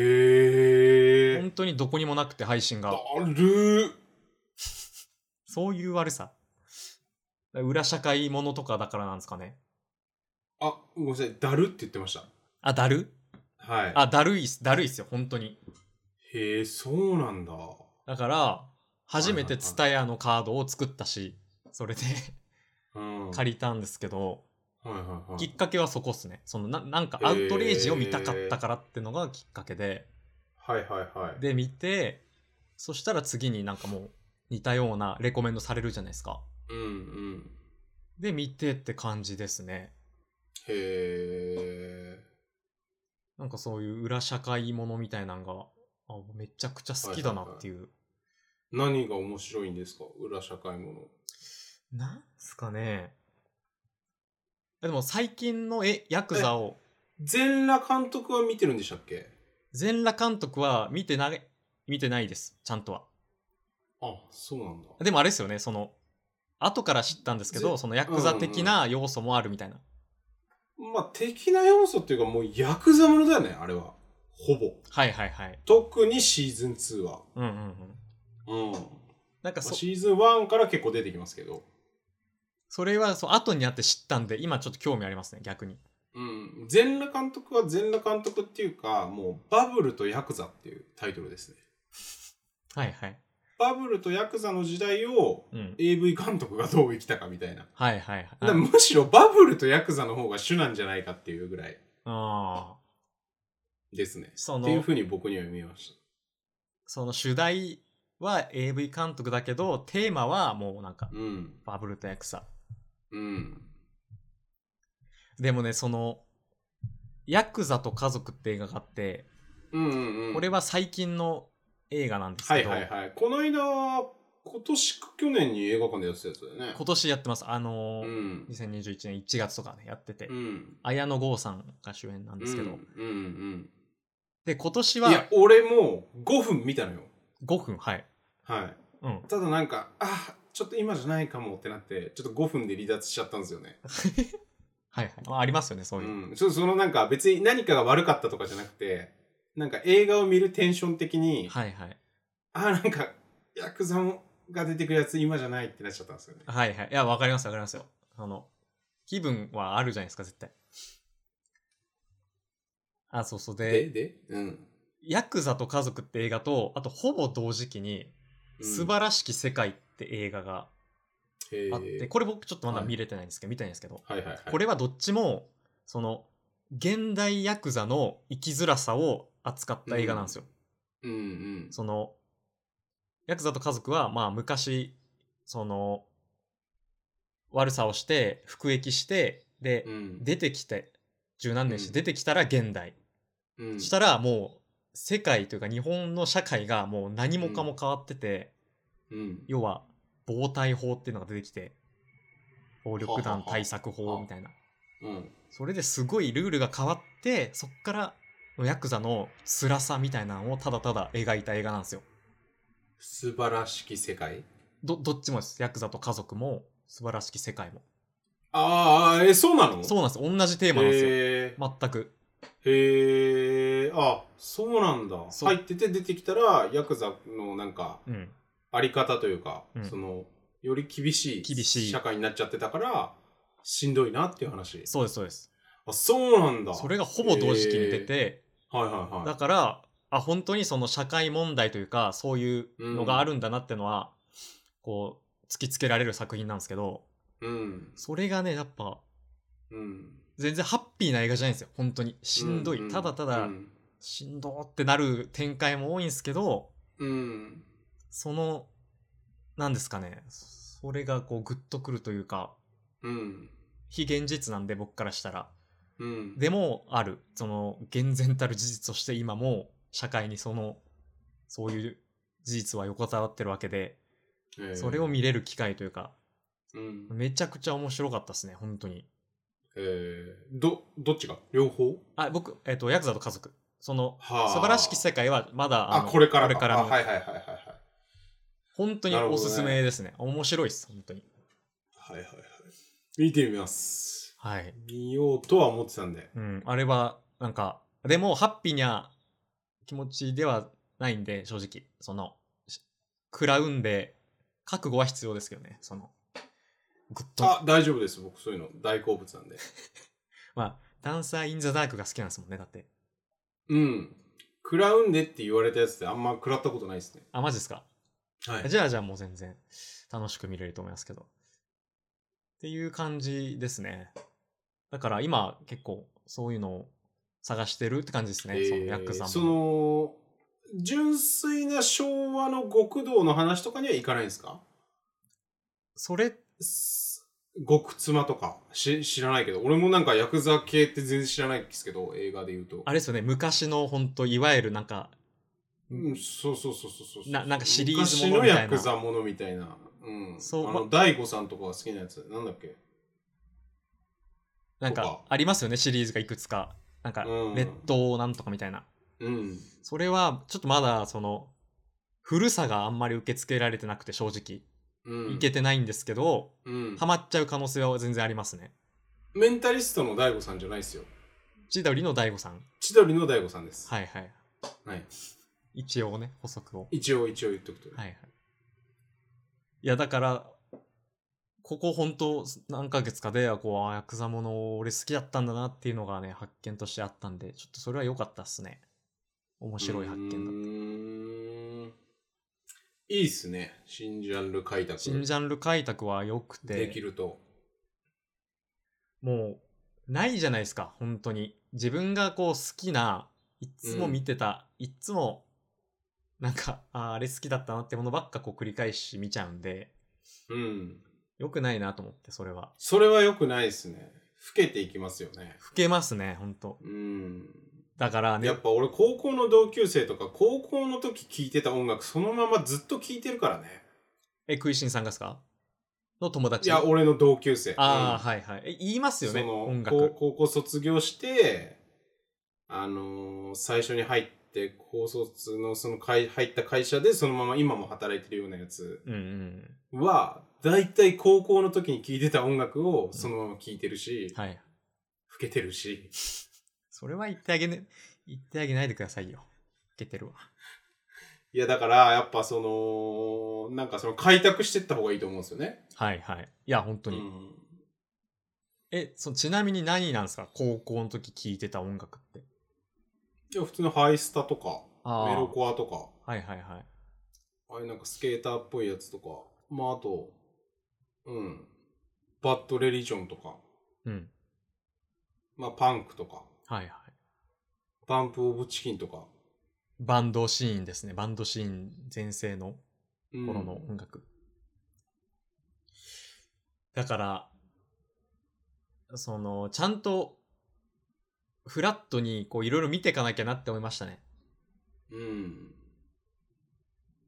へえ
本当にどこにもなくて、配信
だ
が。
るー
そういう悪さ。裏社会ものとかだからなんですかね。
あごめんなさいだるって言ってました
あ、だる
はい
あ、だるいっす。だるいっすよ、本当に。
へえそうなんだ
だから、初め
はいはい
て
はい
ツタヤのカードを作ったし、それで
うん
借りたんですけど、
はいはいは
き
い
っかけはそこっすね。そのななんかアウトレイジを見たかったからってのがきっかけで、
はいはいはい
で見て、そしたら次になんかもう似たようなレコメンドされるじゃないですか。
うんうん
で見てって感じですね。
へえ
なんかそういう裏社会ものみたいなのがあめちゃくちゃ好きだなっていう。
何が面白いんですか裏社会もの
なんすかね。でも最近のえヤクザを
全裸監督は見てるんでしたっけ
全裸監督は見てない見てないです。ちゃんとは。
あそうなんだ
でもあれですよね、その、後から知ったんですけど、
ぜ
そのヤクザ的な要素もあるみたいな。
まあ的な要素っていうかもうヤクザものだよねあれはほぼ
はいはいはい。
特にシーズン2は
うんうんうん。
うん
なんかそ、
シーズン1から結構出てきますけど
それはそう後になって知ったんで、今ちょっと興味ありますね、逆に。
うん全裸監督は全裸監督っていうかもうバブルとヤクザっていうタイトルですね
はいはい。
バブルとヤクザの時代を
うん。
AV 監督がどう生きたかみたいな
はいはいはい。
だからむしろバブルとヤクザの方が主なんじゃないかっていうぐらい
ああ。
ですね
そ
っていう
の
ふ、うに僕には見えまし
その主題は AV 監督だけど、テーマはもうなんか、
うん。
バブルとヤクザ。
うん。
でもね、その、ヤクザと家族って映画があって、
うんうんうん。
これは最近の映画なんです
は
け
い
ど、
はいはい。この間は、今年か去年に映画館でやってたやつだよね。
今年やってます。あのー
うん。
2021年1月とかね、やってて、
うん。
綾野剛さんが主演なんですけど、
うんうん
で、今年
うん。いや
は、
俺も5分見たのよ。
5分、はい。
はい。
うん。
ただなんか、あちょっと今じゃないかもってなって、ちょっと5分で離脱しちゃったんですよね。
はいはい。まあ、ありますよね、そうういう。
ん。ちょっとそのなんか別に何かが悪かったとかじゃなくて、なんか映画を見るテンション的に、
はいはい。
あなんか、ヤクザが出てくるやつ今じゃないってなっちゃったんですよね。
はいはい。いや、わかりますわかりますよ。あの、気分はあるじゃないですか、絶対。あ、そうそう。で、
でうん。
ヤクザと家族って映画と、あとほぼ同時期に、素晴らしき世界って映画が
ら
あって、これ僕ちょっとまだ見れてないんですけど、見たいんですけど、
はいはいはい。
これはどっちも、その、現代ヤクザの生きづらさを扱った映画なんですよ。
うんうん。
その、ヤクザと家族は、まあ昔、その、悪さをして、服役して、で、
うん、
出てきて、十何年し
う
て
ん
出てきたら現代。
うん、
したらもう、世界というか日本の社会がもう何もかも変わってて、
うん、
要は、暴対法っていうのが出てきて、暴力団対策
はは
法
は
みたいな。
うん、
それですごいルールが変わって、そっから、ヤクザの辛さみたいなのをただただ描いた映画なんですよ。
素晴らしき世界
ど、どっちもです。ヤクザと家族も、素晴らしき世界も。
ああ、え、そうなの
そう
う
なんです。同じテーマなんですよ。
へ
全く。
え、へえ、あ、そうなんだ。
そう
入ってて出てきたら、ヤクザのなんか、
うん。
あり方というか、
うん
その、より厳しい
厳しい
社会になっちゃってたから、しんどいなっていう話。
そうです、そうです。
あ、そうなんだ。
それがほぼ同時期に出て、
はいはい
だ
は
から、あ、本当にその社会問題というか、そういうのがあるんだなってのは、こう、突きつけられる作品なんですけど、
い。うん、
それがね、やっぱ、
うん。
全然ハッピーな映画じゃないんですよ。本当に。しんど
う
い。ただただ、
うん、
しんどーってなる展開も多いんですけど、
うん、
その、なんですかね。それがこう、グッとくるというか、
うん、
非現実なんで僕からしたら。
うん。
でもある。その、厳然たる事実として今も社会にその、そういう事実は横たわってるわけで、
へー
それを、見れる機会というか、
うん、
めちゃくちゃ面白かったですね、本当に。
えー、ど、どっちが両方
あ、僕、えっ、と、ヤクザと家族。その、
は
素晴らしき世界はまだ、
あ、
の
これから
これから
あ
の、
はいはいはいはいはい。
本当に
なるほ
お
どね
すすめですね。面白いです、本当に。
はいはいはい。見てみます。
はい。
見ようとは思ってたんで。
うん、あれは、なんか、でも、ハッピーにゃ気持ちではないんで、正直。その、し食らうんで、覚悟は必要ですけどね、その、グッと。
あ、大丈夫です。僕そういうの大好物なんで。
まあ、ダンサー・イン・ザ・ダークが好きなんですもんね、だって。
うん。食らうんでって言われたやつってあんま食らったことないですね。
あ、マジですか。
は。
じゃあ、じゃあもう全然、楽しく見れると思いますけど。っていう感じですね。だから、今、結構、そういうのを探してるって感じですね、
えー
そのヤクザ
そ
も。
の、純粋な昭和の極道の話とかにはいかないんですか
それ、
す極妻とかし知らないけど、俺もなんかヤクザ系って全然知らないですけど、映画で言うと。
あれですよね、昔の、本当いわゆるなんか、
うん、そうそうそうそうそうそう
ななんかシリーズものみた
昔
い
の
な
ヤクザものみたいな。うん。
そう
あの、大悟さんとかが好きなやつ。なんだっけ
なん
と
か
か
ありますよねシリーズがいくつかなんか
うん
列島なんとかみたいな、
うん。
それはちょっとまだその古さがあんまり受け付けられてなくて正直
うん。
いけてないんですけど、
うん
ハ。マっちゃう可能性は全然ありますね
メンタリストの大悟さんじゃないですよ。
千鳥の大悟さん
千鳥の大悟さんです。
はいはい
はい。
一応ね補足を
一応、一応言っとくと。
はいはいいやだからここ本当何ヶ月かでこうあヤクザもの俺好きだったんだなっていうのがね発見としてあったんでちょっとそれは良かったっすね面白い発見だった
うーんいいっすね。新ジャンル開拓
新ジャンル開拓は良く
でき
て、
ると。
もう、ないじゃないですか、本当に。自分がこう好きな、いつも見てた、いつもなんか、あーあれ好きだったなってものばっかこう繰り返し見ちゃうんで、
うん。
良くないなと思って、それは。
それは良くないですね。老けていきますよね。
老けますね、ほんと。
うん。
だからね
や、っぱ俺高校の同級生とか高校の時聴いてた音楽そのままずっと聴いてるからね。
え、食いしんさんがですかの友
い
達
や、俺の同級生。
ああ、
うん
はいはい。え、言いますよね、
その
音
高
楽。
高校卒業して、あのー最初に入って、高卒のその会入った会社でそのまま今も働いてるようなやつ
うんうん。
は、大体高校の時に聴いてた音楽をそのまま聴いてるし、老
はい。
けてるし、
それは言ってあげね、言ってあげないでくださいよ。いけてるわ。
いやだからやっぱその、なんかその開拓してった方がいいと思うんですよね。
はいはい。いや、本当に。
うん
え、そのちなみに何なんですか高校の時聴いてた音楽って。
いや普通のハイスタとか、
あー
メロコアとか、
はいはいはい。
ああいうなんかスケーターっぽいやつとか、まああと、うん、バッドレリジョンとか、
うん。
まあパンクとか、
はいはい。
パンプオブチキンとか、
バンドシーンですね。バンドシーン全盛の
うん
頃の音楽。だから、その、ちゃんと、フラットに、こう、いろいろ見ていかなきゃなって思いましたね。
うん。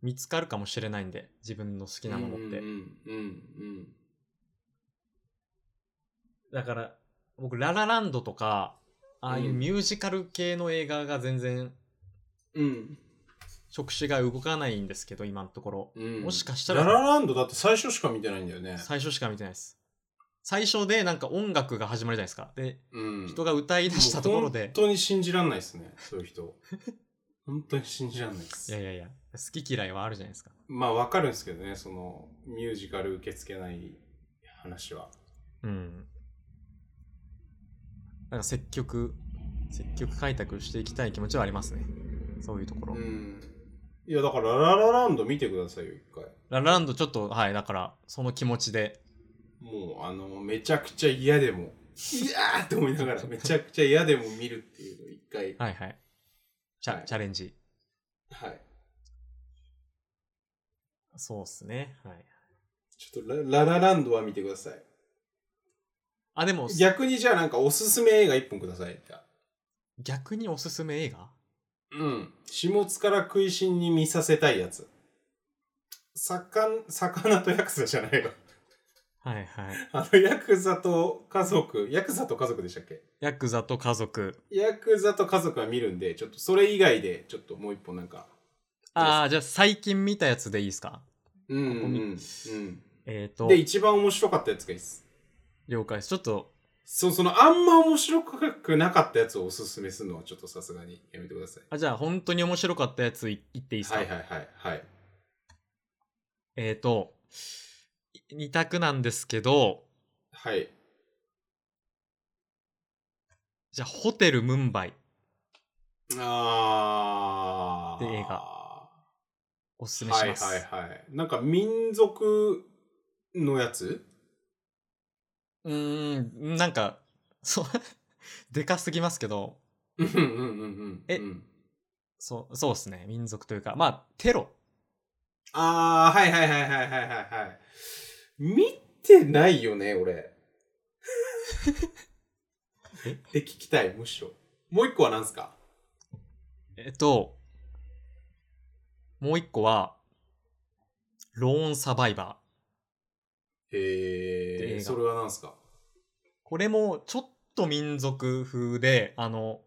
見つかるかもしれないんで、自分の好きなものって。
うんうんうん
だから、僕、ララランドとか、ああいううんミュージカル系の映画が全然、
うん。うん
触手が動かないんですけど、今のところ。
うん
もしかしたら
ララランドだって最初しか見てないんだよね。
最初しか見てないです。最初でなんか音楽が始まるじゃないですか。で、
うん。
人が歌い出したところで。
もう本当に信じらんないですね、そういう人。本当に信じらんないです。
いやいやいや、好き嫌いはあるじゃないですか。
まあわかるんですけどね、そのミュージカル受け付けない話は。
うん。なんか積極、積極開拓していきたい気持ちはありますね。そういうところ。
うん。いやだからララランド見てくださいよ、一回。
ララランドちょっと、はい、だから、その気持ちで。
もうあの、めちゃくちゃ嫌でも、いやーって思いながら、めちゃくちゃ嫌でも見るっていうのを一回。
はいはい。チャ,、
はい
チャレンジ。
はい。
そうっすね。はい。
ちょっとラララランドは見てください。
あ、でも、
逆にじゃあなんかおすすめ映画一本ください。じゃあ
逆におすすめ映画
うん。下津から食いしんに見させたいやつ。魚、魚とヤクザじゃないわ。
はいはい。
あの、ヤクザと家族、ヤクザと家族でしたっけ
ヤクザと家族。
ヤクザと家族は見るんで、ちょっとそれ以外で、ちょっともう一本なんか。
ああ、じゃあ最近見たやつでいいですか
うん、う
ここ見
ん、
えっ、
う
と
ん。で、、一番面白かったやつがいいです。
了解です。ちょっと、
そう、その、あんま面白くなかったやつをおすすめするのは、ちょっとさすがにやめてください。
あじゃあ本当に面白かったやつい言っていいですか
はいはいはいはい。
えーと、い二択なんですけど、
はい。
じゃあ、ホテルムンバイ、
あー。
で映画おすすめ
は
し
い
ます。
はいはい。なんか、民族のやつ
うーん、なんか、そう、 でかすぎますけど、
うんうんうんうん。
え
うん
そう、そうですね、民族というか、まあ、テロ。
あー、はいはいはいはいはいはいはい。見てないよね、俺
え。
で、聞きたい、むしろ。もう一個は何すか
えっと、もう一個は、ローンサバイバー。映
えー、
画
それは何すか
これも、ちょっと民族風で、あの、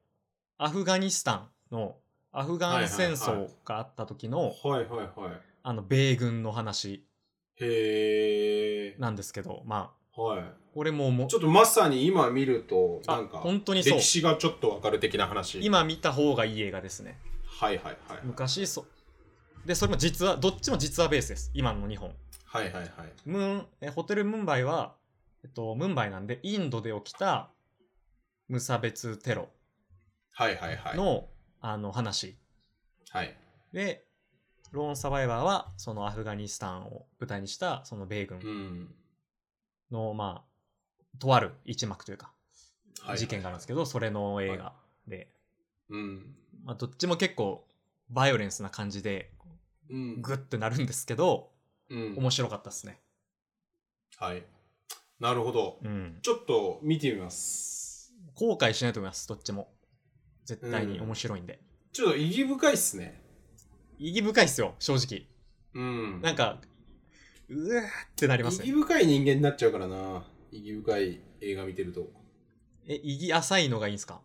アフガニスタンの、アフガン戦
はいはいは
争
い
があった時の、
はいはいはい。
あの、米軍の話
へえ。
なんですけど、まあ、
はい。
これももう
ちょっとまさに今見ると、
あ
なんか、
本当にそう
歴史がちょっとわかる的な話。
今見た方がいい映画ですね
はいはいはい。
昔そでそれも実はどっちも実話ベースです今の日本
はいはいはい。
ムーンえホテルムンバイは、えっと、ムンバイなんでインドで起きた無差別テロ
はいはいはい。
の,、あの話
はい。
でローンサバイバーはそのアフガニスタンを舞台にしたその米
う
軍
ん。
の、まあとある一幕というか
はいはい
事件があるんですけど、それの映画で、
うん。
まあ、どっちも結構バイオレンスな感じで
うん
グッてなるんですけど、
うん
面白かったですね。
はいなるほど
うん。
ちょっと見てみます
後悔しないと思います、どっちも。絶対に
うん
面白いんで。
ちょっと意義深いっすね
意義深いっすよ、正直。
うん
なんか、うわーってなります
意義
ね。
深い人間になっちゃうからな意義深い映画見てると
え、意義浅いのがいいんすか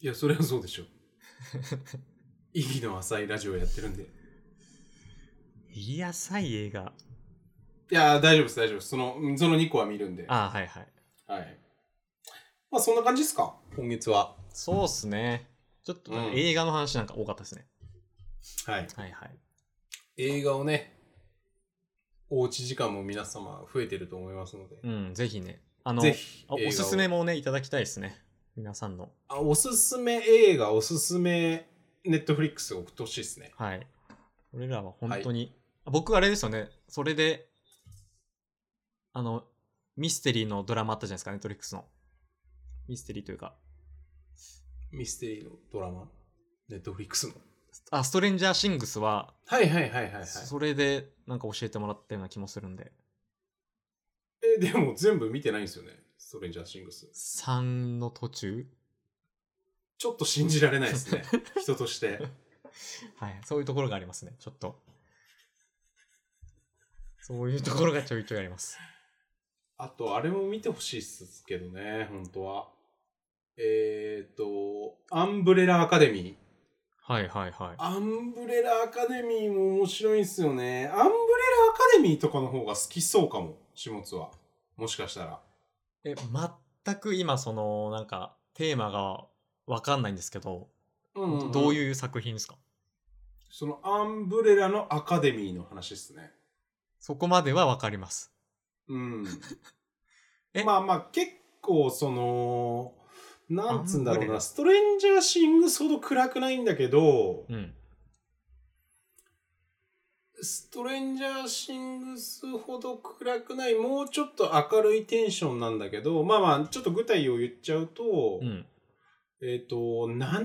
いやそれはそう でしょ意義の浅いラジオやってるんで
意義浅い映画。
いやー大丈夫です大丈夫ですそのうんその2個は見るんで
ああ、はいはい。
はいまあそんな感じですか今月は
そうっすね。ちょっとなんか
うん
映画の話なんか多かったですね。
はい
はいはい。
映画をねおうち時間も皆様増えてると思いますので、
うん、ぜひね。あの、
ぜひ
あ
映画を
おすすめもね、いただきたいですね。皆さんの。
あおすすめ映画おすすめネットフリックス送ってほしいですね
はい。俺らは本当に、僕あれですよね、それで、あの、ミステリーのドラマあったじゃないですか、ネットリックスの。ミステリーというか、
ミステリーのドラマネットフリックスの
あ、ストレンジャーシングスは、
はいはいはいはいはい
それでなんか教えてもらったような気もするんで、
えでも全部見てないんですよねストレンジャーシングス
3の途中
ちょっと信じられない ですね人として
はい、そういうところがありますね、ちょっと。そういうところがちょいちょいあります。
あとあれも見てほしいっすけどね本当はえっ、ー、とアンブレラアカデミー
はいはいはい。
アンブレラアカデミーも面白いんすよね。アンブレラアカデミーとかの方が好きそうかも、始末は。もしかしたら。
え、全く今その、なんか、テーマがわかんないんですけど、
うん
どう
う。
いう作品ですか
そのアンブレラのアカデミーの話ですね。
そこまではわかります。
うん。
え
まあまあ、結構その、なんつうんだろ
アンブレ
う
ラ
な、ストレンジャーシングスほど暗くないんだけど、
うん。
ストレンジャーシングスほど暗くない、もうちょっと明るいテンションなんだけど、まあまあ、ちょっと具体を言っちゃうと、
うん。
えっ、と、7人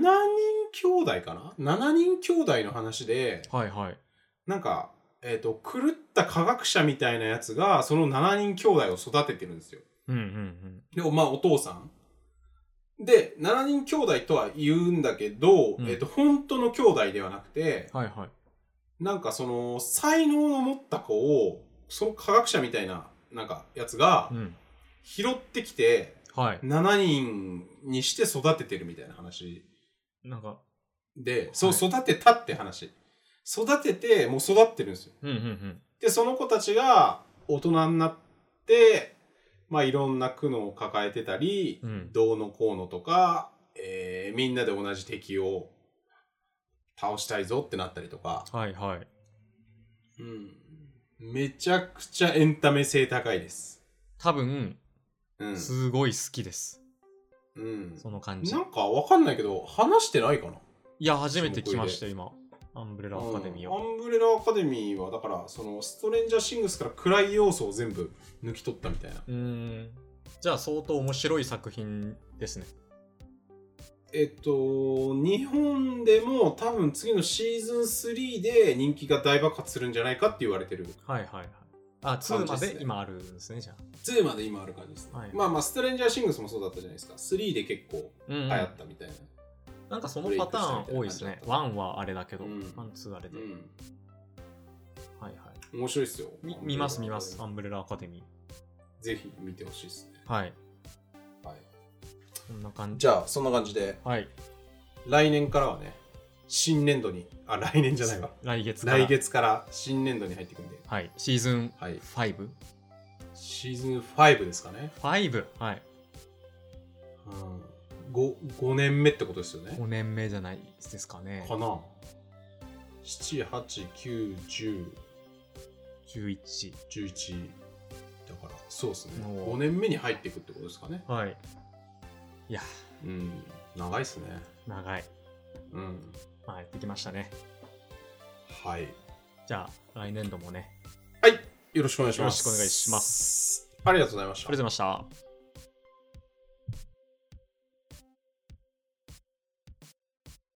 兄弟かな ?7 人兄弟の話で、
はいはい。
なんか、えっ、と、狂った科学者みたいなやつが、その7人兄弟を育ててるんですよ。
うんうん
で、まあ、お父さん。で、7人兄弟とは言うんだけど、
うん
えっ、と、本当の兄弟ではなくて、
うん。はいはい。
なんかその、才能の持った子を、その科学者みたいな、なんか、やつが
う、ん。
拾ってきて、
はい。
7人にして育ててるみたいな話
なんか、
で、そう、
は
育てたって話。育てて、もう育ってるんですよ。
うんうんうん。
で、その子たちが大人になって、まあいろんな苦悩を抱えてたり、
うん
どうのこうのとか、えーみんなで同じ敵を倒したいぞってなったりとか、
はいはい。
うん。めちゃくちゃエンタメ性高いです。
多分、
うん。
すごい好きです。
うん。
その感じ
な。んかわかんないけど、話してないかない
や、初めて来ました、今。アンブレラアカデミー
うん
を。
アンブレラアカデミーはだからそのストレンジャーシングスから暗い要素を全部抜き取ったみたいな
うーん。じゃあ、相当面白い作品ですね。
えっと日本でも多分次のシーズン3で人気が大爆発するんじゃないかって言われてる
はいはいはい。あ、2ま
感じです
で
ね
今あるんですね、じゃあ。
2まで今ある感じですね、
はい
まあまあストレンジャーシングスもそうだったじゃないですか3で結構
うん、うん。
流行ったみたいな
なんかそのパターン多いですね。1はあれだけど、
うん
1、2あれで。
うん、
はいはい。
面白いですよ
み見ます見ます、アンブレラアカデミ
ぜひ見てほしいですね、
ー。はい。
はい、
こんな感じ。
じゃあそんな感じで
はい。
来年からはね新年度にあ来年じゃな いわ
来月から。
来月から新年度に入っていくんで、
はい。シーズン
はい、
5?5?
シーズン5ですかね、
はい。
うん、5, 5年目ってことですよね
5年目じゃないですかね。
かな7891011
11。
だからそうですね
おー
5年目に入っていくってことですかね
はい。いや、
うん長いですね
長い。
うん
まあ、やってきましたね。
はい
じゃあ、来年度もね。
よろしくお願いします
よろしくお願いします
ありがとうございまし
あ
た
りがとうございました。